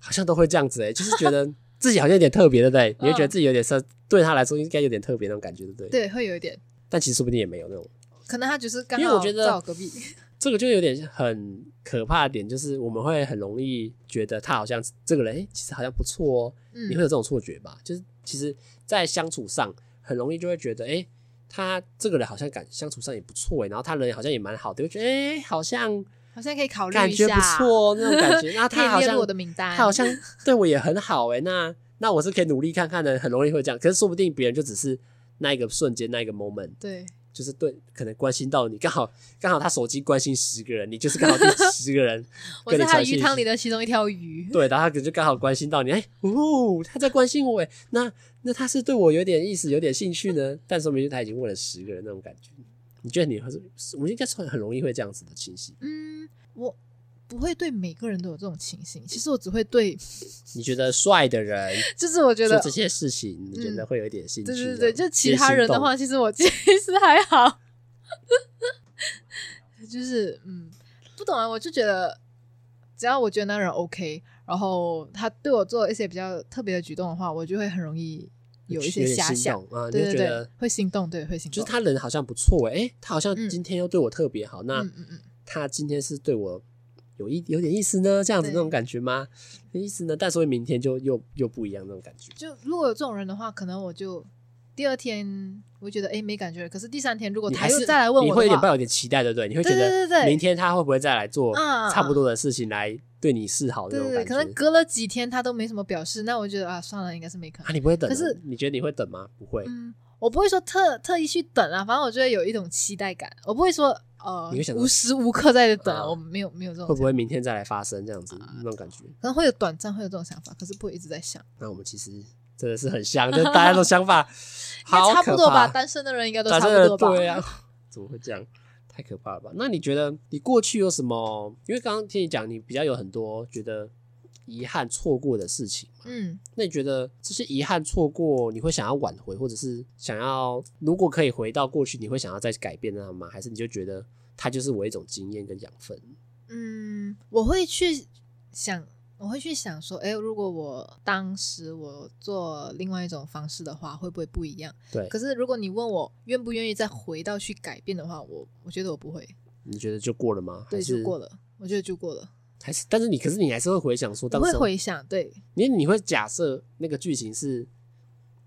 Speaker 1: 好像都会这样子哎、就是觉得 [LAUGHS] 自己好像有点特别，对不对？你会觉得
Speaker 2: 嗯
Speaker 1: 自己有点特，对他来说应该有点特别那种感觉，对不对？。
Speaker 2: 对，会有一点。
Speaker 1: 但其实说不定也没有那种，
Speaker 2: 可能他就是刚
Speaker 1: 因为我觉得
Speaker 2: 在我隔壁，
Speaker 1: 这个就有点很可怕的点，就是我们会很容易觉得他好像这个人，哎、其实好像不错哦、
Speaker 2: 嗯
Speaker 1: 你会有这种错觉吧？就是其实，在相处上很容易就会觉得，哎、他这个人好像感相处上也不错哎、然后他人好像也蛮好的，就觉得哎、诶好像
Speaker 2: 好像可以考虑
Speaker 1: 感
Speaker 2: 一
Speaker 1: 觉
Speaker 2: 下，
Speaker 1: 不错、哦那种感觉。那
Speaker 2: [LAUGHS] 可
Speaker 1: 他好
Speaker 2: 以列
Speaker 1: 像
Speaker 2: 入我的名单。
Speaker 1: 他好像对我也很好哎、那那我是可以努力看看的，很容易会这样。可是说不定别人就只是那一个瞬间，那一个 moment，
Speaker 2: 对，
Speaker 1: 就是对，可能关心到你，刚好刚好他手机关心十个人，你就是刚好第十个人 [LAUGHS]
Speaker 2: 我
Speaker 1: 跟你
Speaker 2: 是他
Speaker 1: 传
Speaker 2: 的
Speaker 1: 讯
Speaker 2: 鱼汤里
Speaker 1: 息。
Speaker 2: 的其中一条鱼。
Speaker 1: 对，然后他可能就刚好关心到你，哎、哦，他在关心我，哎，那那他是对我有点意思，有点兴趣呢，但说明他已经问了十个人那种感觉。你觉得你会是，我们应该是很容易会这样子的情形？
Speaker 2: 嗯，我不会对每个人都有这种情形，其实我只会对， [LAUGHS]
Speaker 1: 你觉得帅的人
Speaker 2: 就是我觉
Speaker 1: 做
Speaker 2: 得嗯
Speaker 1: 这，些事情，你觉得会有一点兴趣
Speaker 2: 对
Speaker 1: 这样？
Speaker 2: 对对，就其
Speaker 1: 也
Speaker 2: 他
Speaker 1: 心
Speaker 2: 人的
Speaker 1: 动
Speaker 2: 话，其实我 [LAUGHS] 其实还好， [LAUGHS] 就是嗯，不懂啊，我就觉得只要我觉得那人 OK，然后他对我做一些比较特别的举动的话，我就会很容易有一些
Speaker 1: 点
Speaker 2: 遐
Speaker 1: 心
Speaker 2: 想。
Speaker 1: 动啊，你
Speaker 2: 对
Speaker 1: 就
Speaker 2: 对
Speaker 1: 觉
Speaker 2: 对
Speaker 1: 得，
Speaker 2: 会心动，对，会心动。
Speaker 1: 就是他人好像不错哎、诶他好像
Speaker 2: 嗯
Speaker 1: 今天又对我特别好，那
Speaker 2: 嗯嗯嗯，
Speaker 1: 他今天是对我有一有点意思呢，这样子
Speaker 2: 对
Speaker 1: 那种感觉吗？有意思呢，但所以明天就又又不一样那种感觉。
Speaker 2: 就如果有这种人的话，可能我就第二天我会觉得哎没感觉了，可是第三天如果
Speaker 1: 你
Speaker 2: 他
Speaker 1: 还
Speaker 2: 又
Speaker 1: 是
Speaker 2: 再来问
Speaker 1: 你
Speaker 2: 我
Speaker 1: 会有
Speaker 2: 的
Speaker 1: 点抱
Speaker 2: 话，
Speaker 1: 有点期待，对不对？你会
Speaker 2: 对
Speaker 1: 觉
Speaker 2: 对对
Speaker 1: 得
Speaker 2: 对
Speaker 1: 明天他会不会再来做
Speaker 2: 嗯嗯
Speaker 1: 差不多的事情来对你示好那
Speaker 2: 对
Speaker 1: 种
Speaker 2: 对，
Speaker 1: 感
Speaker 2: 可能
Speaker 1: 觉？
Speaker 2: 隔了几天他都没什么表示，那我觉得啊算了，应该是没可
Speaker 1: 啊，[LAUGHS]
Speaker 2: 能。
Speaker 1: 你不会等哦？
Speaker 2: 可是
Speaker 1: 你觉得你会等吗？不会，
Speaker 2: 嗯，我不会说特特意去等啊，反正我觉得有一种期待感，我不会说呃
Speaker 1: 你会想说
Speaker 2: 无时无刻在等啊，
Speaker 1: 啊
Speaker 2: 我啊没有没有这种
Speaker 1: 会不
Speaker 2: 想
Speaker 1: 会
Speaker 2: 法
Speaker 1: 明天再来发生这样子那种感觉？
Speaker 2: 可能会有短暂会有这种想法，可是不会一直在想，
Speaker 1: 那我们其实真的是很像，
Speaker 2: [LAUGHS]
Speaker 1: 就是大家都想法
Speaker 2: 应
Speaker 1: 好
Speaker 2: 该差
Speaker 1: 可
Speaker 2: 不多吧，
Speaker 1: 怕
Speaker 2: 单身的人应该都
Speaker 1: 打
Speaker 2: 差
Speaker 1: 针
Speaker 2: 不多
Speaker 1: 的
Speaker 2: 吧，
Speaker 1: 对啊， [LAUGHS] 怎么会这样？太可怕了吧？那你觉得你过去有什么？因为刚刚听你讲，你比较有很多觉得遗憾错过的事情嘛？
Speaker 2: 嗯，
Speaker 1: 那你觉得这些遗憾错过，你会想要挽回，或者是想要如果可以回到过去，你会想要再改变它吗？还是你就觉得它就是我一种经验跟养分？
Speaker 2: 嗯，我会去想，我会去想说，哎，如果我当时我做另外一种方式的话，会不会不一样？
Speaker 1: 对
Speaker 2: 可，是如果你问我愿不愿意再回到去改变的话，我我觉得我不会，
Speaker 1: 你觉得就过了吗？
Speaker 2: 对，
Speaker 1: 还是
Speaker 2: 就过了，我觉得就过了。
Speaker 1: 还是，但是你可是你还是会回想说
Speaker 2: 我
Speaker 1: 当
Speaker 2: 会
Speaker 1: 时候，
Speaker 2: 回想，对，
Speaker 1: 你你会假设那个剧情是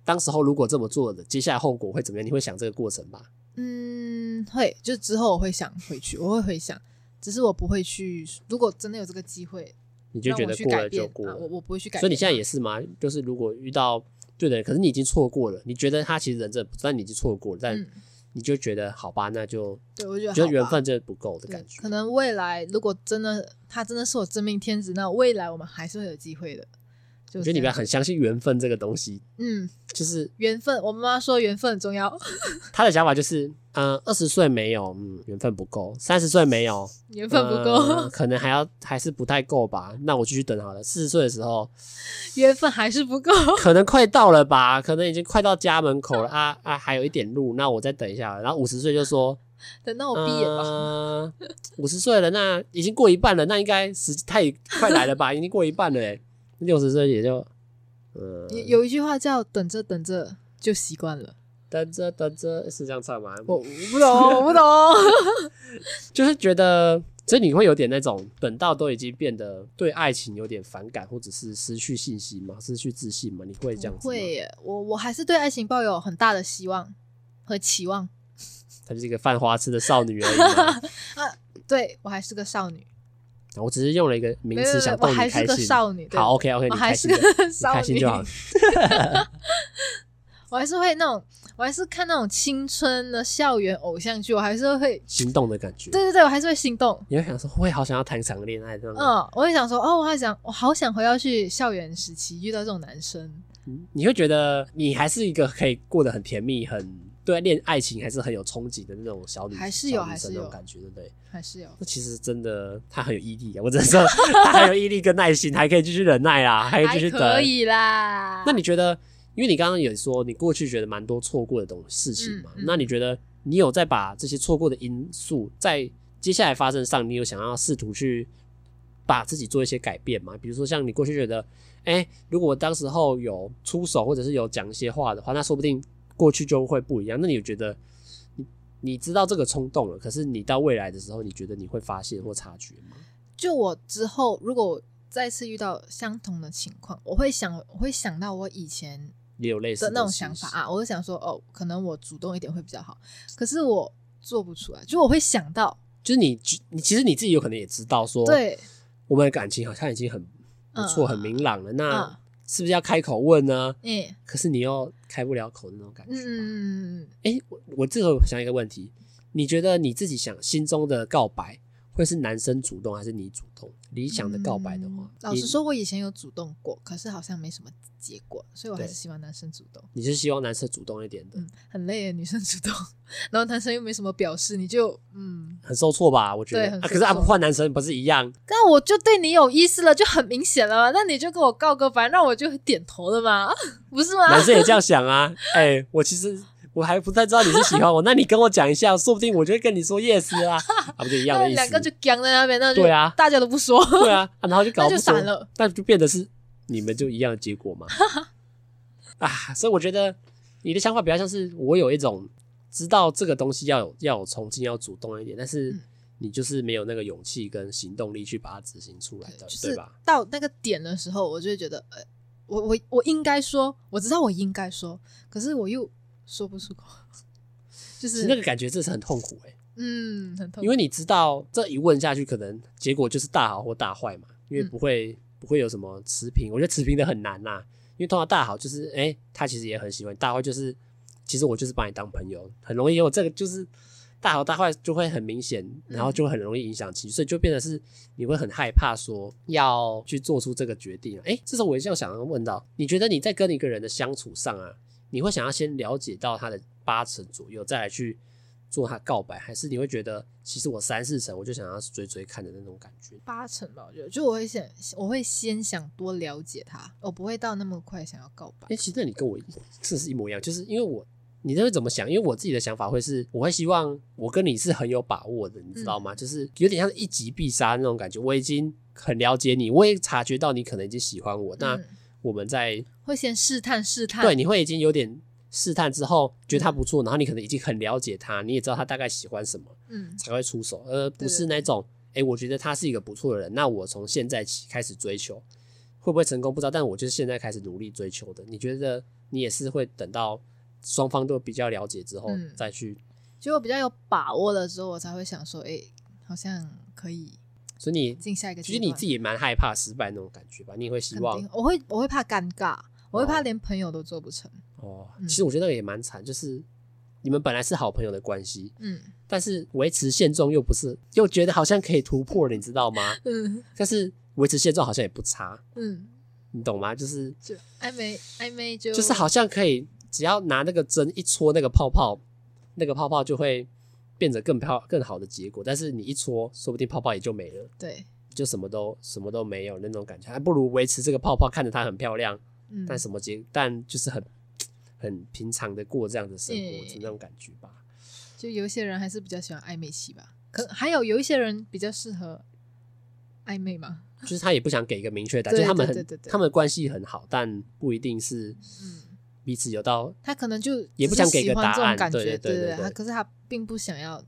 Speaker 1: 当时候如果这么做的，接下来后果会怎么样？你会想这个过程吧？
Speaker 2: 嗯，会，就之后我会想回去，我会回想，只是我不会去。如果真的有这个机会，
Speaker 1: 你就
Speaker 2: 让
Speaker 1: 觉
Speaker 2: 我
Speaker 1: 得
Speaker 2: 去
Speaker 1: 过
Speaker 2: 改
Speaker 1: 了
Speaker 2: 变
Speaker 1: 就过
Speaker 2: 啊，
Speaker 1: 了
Speaker 2: 我。我不会去改变它。
Speaker 1: 所以你现在也是吗？就是如果遇到对的人，可是你已经错过了，你觉得他其实人真的不，但你已经错过了，但
Speaker 2: 嗯，你
Speaker 1: 你就觉得好吧，那就
Speaker 2: 对我觉得
Speaker 1: 觉得
Speaker 2: 好
Speaker 1: 缘
Speaker 2: 吧
Speaker 1: 分真的不够的
Speaker 2: 对
Speaker 1: 感，觉
Speaker 2: 可。能未来如果真的他真的是我真命天子，那未来我们还是会有机会的。就
Speaker 1: 我觉得
Speaker 2: 是
Speaker 1: 你
Speaker 2: 这
Speaker 1: 不要
Speaker 2: 样
Speaker 1: 很相信缘分这个东西，
Speaker 2: 嗯，
Speaker 1: 就是
Speaker 2: 缘分，我妈妈说缘分很重要，
Speaker 1: 他的想法就是，嗯、呃，二十岁没有，嗯，缘分不够；三十岁没有，
Speaker 2: 缘分不够 [LAUGHS]
Speaker 1: 呃，可能还要还是不太够吧。那我继续等好了。四十岁的时候，
Speaker 2: 缘分还是不够。 [LAUGHS]
Speaker 1: 可能快到了吧，可能已经快到家门口了啊啊，还有一点路，那我再等一下。然后五十岁就说，
Speaker 2: 等到我毕业
Speaker 1: 吧。
Speaker 2: 吧，
Speaker 1: 呃五十岁了，那已经过一半了，那应该时太快来了吧？已经过一半了、欸，六十岁也就，呃，
Speaker 2: 有有一句话叫“等着等着就习惯了
Speaker 1: 等着等着是这样唱吗？”，
Speaker 2: 我我不懂，我 [LAUGHS] 不懂。
Speaker 1: 就是觉得，所以你会有点那种等到都已经变得对爱情有点反感，或者是失去信心嘛，失去自信嘛？你会这样子
Speaker 2: 不
Speaker 1: 吗？
Speaker 2: 会耶，我我还是对爱情抱有很大的希望和期望。
Speaker 1: 她就是一个犯花痴的少女而已
Speaker 2: [LAUGHS]
Speaker 1: 嘛。
Speaker 2: 对我还是个少女，
Speaker 1: 我只是用了一个名
Speaker 2: 没有
Speaker 1: 词
Speaker 2: 没有
Speaker 1: 想
Speaker 2: 我
Speaker 1: 逗你
Speaker 2: 还
Speaker 1: 开
Speaker 2: 是个
Speaker 1: 心。
Speaker 2: 少女。对
Speaker 1: 好，OK OK，
Speaker 2: 我
Speaker 1: 你
Speaker 2: 还
Speaker 1: 开
Speaker 2: 是
Speaker 1: 心就好，
Speaker 2: 个
Speaker 1: 你
Speaker 2: 少女，
Speaker 1: 开心就好。
Speaker 2: 我还是会那种，我还是看那种青春的校园偶像剧，我还是会，
Speaker 1: 心动的感觉。
Speaker 2: 对对对，我还是会心动。
Speaker 1: 你会想说，会好想要谈一场恋爱这样子。
Speaker 2: 嗯，我会想说，哦，我还想，我好想回到去校园时期遇到这种男生。
Speaker 1: 你会觉得你还是一个可以过得很甜蜜、很对恋爱情还是很有憧憬的那种小女，
Speaker 2: 还是有
Speaker 1: 小女生那
Speaker 2: 还是
Speaker 1: 种
Speaker 2: 有
Speaker 1: 感觉，对不对？
Speaker 2: 还是有，
Speaker 1: 那其实真的，她很有毅力啊！我只能说，她很有毅力跟耐心，还可以继续忍耐啦，还可以继续等。
Speaker 2: 可以啦。
Speaker 1: 那你觉得，因为你刚刚有说你过去觉得蛮多错过的东事情嘛，
Speaker 2: 嗯嗯
Speaker 1: 那你觉得你有在把这些错过的因素在接下来发生上，你有想要试图去把自己做一些改变吗？比如说像你过去觉得，哎、如果我当时候有出手或者是有讲一些话的话，那说不定过去就会不一样。那你有觉得你你知道这个冲动了，可是你到未来的时候，你觉得你会发现或察觉吗？
Speaker 2: 就我之后如果我再次遇到相同的情况，我会想，我会想到我以前
Speaker 1: 也有类似
Speaker 2: 的那种
Speaker 1: 事
Speaker 2: 想法
Speaker 1: 情
Speaker 2: 啊，我就想说，哦，可能我主动一点会比较好，可是我做不出来，就我会想到，
Speaker 1: 就是你你其实你自己有可能也知道说，
Speaker 2: 对，
Speaker 1: 我们的感情好像已经很不错、
Speaker 2: 嗯
Speaker 1: 很明朗了，那
Speaker 2: 嗯
Speaker 1: 是不是要开口问呢？
Speaker 2: 嗯
Speaker 1: 可是你又开不了口的那种感觉。嗯，
Speaker 2: 嗯，
Speaker 1: 哎、我我这个想一个问题，你觉得你自己想心中的告白会是男生主动还是你主动？理想的告白的话
Speaker 2: 嗯，老
Speaker 1: 你
Speaker 2: 实，说，我以前有主动过，可是好像没什么结果，所以我还是
Speaker 1: 对
Speaker 2: 希望男生主动。
Speaker 1: 你是希望男生主动一点的，
Speaker 2: 嗯，很累耶，女生主动，然后男生又没什么表示，你就嗯，
Speaker 1: 很受挫吧？我觉
Speaker 2: 对
Speaker 1: 得。
Speaker 2: 很
Speaker 1: 啊、可
Speaker 2: 受
Speaker 1: 是啊，
Speaker 2: 挫
Speaker 1: 不换男生不是一
Speaker 2: [LAUGHS]
Speaker 1: 样？
Speaker 2: 那我就对你有意思了，就很明显了嘛。那你就跟我告个白，那我就点头了嘛，不是吗？
Speaker 1: 男生也这样想啊。哎、我其实。我还不太知道你是喜欢我，那你跟我讲一下，说不定我就会跟你说 yes 啊，啊不就一样
Speaker 2: 那
Speaker 1: 的意思？
Speaker 2: [LAUGHS] 两个就僵在那边，那就
Speaker 1: 对啊
Speaker 2: 大家都不说， [LAUGHS]
Speaker 1: 对啊，啊然后就搞
Speaker 2: 那
Speaker 1: 不
Speaker 2: 就
Speaker 1: 熟
Speaker 2: 散了。
Speaker 1: 那就变得是你们就一样的结
Speaker 2: [LAUGHS]
Speaker 1: 果嘛。啊，所以我觉得你的想法比较像是我有一种知道这个东西要有要有冲劲，要主动一点，但是
Speaker 2: 嗯
Speaker 1: 你就是没有那个勇气跟行动力去把它执行出来的，
Speaker 2: 就
Speaker 1: 对
Speaker 2: 是
Speaker 1: 吧？
Speaker 2: 到那个点的时候，我就会觉得，呃，我我我应该说，我知道我应该说，可是我又说不出口， [LAUGHS] 就
Speaker 1: 其
Speaker 2: 是
Speaker 1: 实那个感觉真的是很痛苦哎、
Speaker 2: 嗯，很痛苦，
Speaker 1: 因为你知道这一问下去，可能结果就是大好或大坏嘛，因为
Speaker 2: 嗯
Speaker 1: 不会、不会有什么持平，我觉得持平的很难啊啦，因为通常大好就是哎、诶他其实也很喜欢，大坏就是其实我就是把你当朋友，很容易有这个就是大好大坏就会很明显，然后就会很容易影响情绪，所以就变得是你会很害怕说要去做出这个决定、啊。哎、这时候我就想要问到，你觉得你在跟一个人的相处上啊，你会想要先了解到他的八成左右，再来去做他告白，还是你会觉得其实我三四成我就想要追追看的那种感觉？
Speaker 2: 八成吧，我觉得，就我会先，我会先想多了解他，我不会到那么快想要告白
Speaker 1: 哎、。其实你跟我一这是一模一样，就是因为我你这会怎么想？因为我自己的想法会是，我会希望我跟你是很有把握的，你知道吗？就是有点像是一击必杀那种感觉。我已经很了解你，我也察觉到你可能已经喜欢我。那
Speaker 2: 嗯、
Speaker 1: 我们在
Speaker 2: 会先试探试探，
Speaker 1: 对，你会已经有点试探之后，觉得他不错，然后你可能已经很了解他，你也知道他大概喜欢什么，
Speaker 2: 嗯，
Speaker 1: 才会出手，而不
Speaker 2: 对
Speaker 1: 是那种，哎、我觉得他是一个不错的人，那我从现在起开始追求，会不会成功不知道，但我就是现在开始努力追求的。你觉得你也是会等到双方都比较了解之后、
Speaker 2: 嗯
Speaker 1: 再去，
Speaker 2: 就我比较有把握了之后，我才会想说，哎、好像可以
Speaker 1: 所以你
Speaker 2: 进下一个
Speaker 1: 其
Speaker 2: 阶
Speaker 1: 实
Speaker 2: 段。
Speaker 1: 你自己也蛮害怕失败那种感觉吧？你也会希
Speaker 2: 肯
Speaker 1: 望
Speaker 2: 定，哦我会我会怕尴尬，我会
Speaker 1: 哦
Speaker 2: 怕连朋友都做不成。
Speaker 1: 哦，
Speaker 2: 嗯
Speaker 1: 其实我觉得那个也蛮惨，就是你们本来是好朋友的关系，
Speaker 2: 嗯
Speaker 1: 但是维持现状又不是，又觉得好像可以突破了，你知道吗？ [LAUGHS]
Speaker 2: 嗯
Speaker 1: 但是维持现状好像也不差，
Speaker 2: 嗯，
Speaker 1: 你懂吗？就是
Speaker 2: 就暧昧暧昧就
Speaker 1: 就是好像可以，只要拿那个针一戳那个泡泡，那个泡泡就会变得更漂更好的结果。但是你一戳，说不定泡泡也就没了，
Speaker 2: 对，
Speaker 1: 就什么都什么都没有那种感觉，还哎不如维持这个泡泡，看着它很漂亮，
Speaker 2: 嗯，
Speaker 1: 但什么结，但就是很很平常的过这样的生活，
Speaker 2: 嗯
Speaker 1: 是那种感觉吧。
Speaker 2: 就有一些人还是比较喜欢暧昧期吧，可还有有一些人比较适合暧昧嘛，
Speaker 1: 就是他也不想给一个明确答案，
Speaker 2: 对
Speaker 1: 就是他们
Speaker 2: 对
Speaker 1: 很
Speaker 2: 对对对
Speaker 1: 他们的关系很好，但不一定是
Speaker 2: 嗯，
Speaker 1: 彼此有到
Speaker 2: 他可能就
Speaker 1: 也不想给个
Speaker 2: 只是喜欢这
Speaker 1: 答
Speaker 2: 种
Speaker 1: 案
Speaker 2: 感
Speaker 1: 对
Speaker 2: 觉，
Speaker 1: 对对
Speaker 2: 对
Speaker 1: 对对
Speaker 2: 他可是他并不想要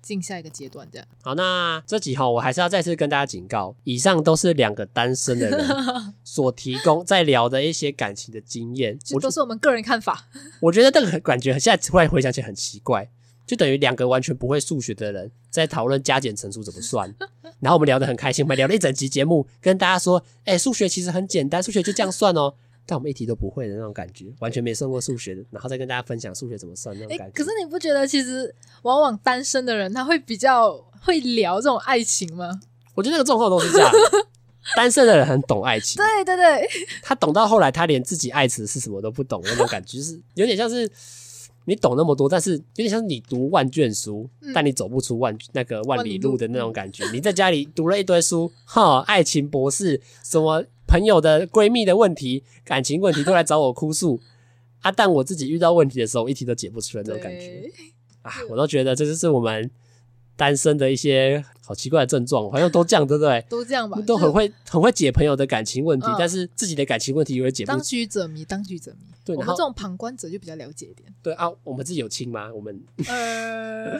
Speaker 2: 进下一个阶段这样，
Speaker 1: 好，那这集哈，我还是要再次跟大家警告，以上都是两个单身的
Speaker 2: [LAUGHS]
Speaker 1: 人所提供在聊的一些感情的经验。
Speaker 2: 就
Speaker 1: 我
Speaker 2: 都是我们个人看法，
Speaker 1: 我觉得这个感觉现在突然回想起来很奇怪，就等于两个完全不会数学的人在讨论加减乘除怎么
Speaker 2: [LAUGHS]
Speaker 1: 算，然后我们聊得很开心，我们聊了一整集节目，跟大家说，哎、数学其实很简单，数学就这样算哦。但我们一题都不会的那种感觉，完全没算过数学的，然后再跟大家分享数学怎么算那种
Speaker 2: 哎、
Speaker 1: 感觉。
Speaker 2: 可是你不觉得其实往往单身的人他会比较会聊这种爱情吗？
Speaker 1: 我觉得那个状况都是这
Speaker 2: [LAUGHS]
Speaker 1: 样，单身的人很懂爱情，
Speaker 2: 对对对，
Speaker 1: 他懂到后来，他连自己爱词是什么都不懂，那种感觉就是有点像是你懂那么多，但是有点像是你读万卷书，
Speaker 2: 嗯
Speaker 1: 但你走不出万那个万里
Speaker 2: 万里
Speaker 1: 路
Speaker 2: 路
Speaker 1: 的那种感觉。你在家里读了一堆书，哈，爱情博士，什么朋友的闺蜜的问题、感情问题都来找我哭诉。啊！但我自己遇到问题的时候，我一题都解不出来那种感觉
Speaker 2: 对，
Speaker 1: 啊！我都觉得这就是我们单身的一些好奇怪的症状，好像都这样，对不对？
Speaker 2: 都这样吧，
Speaker 1: 都
Speaker 2: 就是
Speaker 1: 很会很会解朋友的感情问题，
Speaker 2: 嗯
Speaker 1: 但是自己的感情问题也解不
Speaker 2: 当局者迷，当局者迷。
Speaker 1: 对
Speaker 2: 我
Speaker 1: 然
Speaker 2: 们
Speaker 1: 后
Speaker 2: 这种旁观者就比较了解
Speaker 1: [LAUGHS]
Speaker 2: 一点。
Speaker 1: 对啊。我们自己有亲吗？我们 [LAUGHS]
Speaker 2: 呃，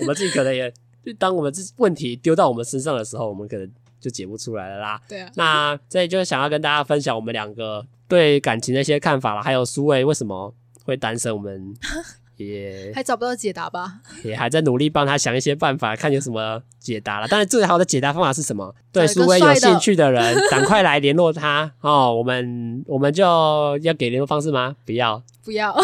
Speaker 1: 我们自己可能也，就当我们自己问题丢到我们身上的时候，我们可能就解不出来了
Speaker 2: [LAUGHS]
Speaker 1: 啦。
Speaker 2: 对啊，
Speaker 1: 那这里就是想要跟大家分享我们两个对感情的一些看法了，还有苏卫为什么会单身，我们
Speaker 2: [LAUGHS]
Speaker 1: 也
Speaker 2: 还找不到解答吧？
Speaker 1: 也还在努力帮他想一些办法，看有什么解答了。当然，最好的解答方法是什么？对
Speaker 2: 找一个
Speaker 1: 苏威有
Speaker 2: 帅的
Speaker 1: 兴趣的人，赶快来联络他 [LAUGHS] 哦。我们我们就要给联络方式吗？不要，
Speaker 2: 不要， [LAUGHS]
Speaker 1: 好，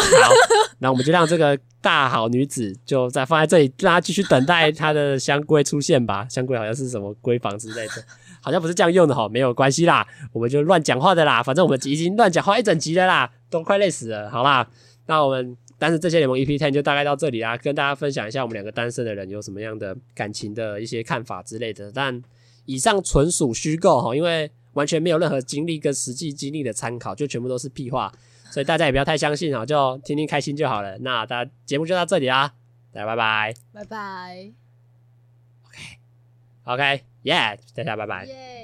Speaker 1: 那我们就让这个大好女子就再放在这里，让她继续等待她的香龟出现吧。 [LAUGHS] 香龟好像是什么闺房之类的，好像不是这样用的哈，没有关系啦，我们就乱讲话的啦，反正我们已经乱讲话一整集了啦，都快累死了，好啦，那我们。但是这些联盟 EP Ten 就大概到这里啦，跟大家分享一下我们两个单身的人有什么样的感情的一些看法之类的。但以上纯属虚构哈，因为完全没有任何经历跟实际经历的参考，就全部都是屁话。所以大家也不要太相信啊，就听听开心就好了。那大家节目就到这里啦，大家拜拜。
Speaker 2: 拜拜，
Speaker 1: OK，耶、大家拜拜。
Speaker 2: 耶。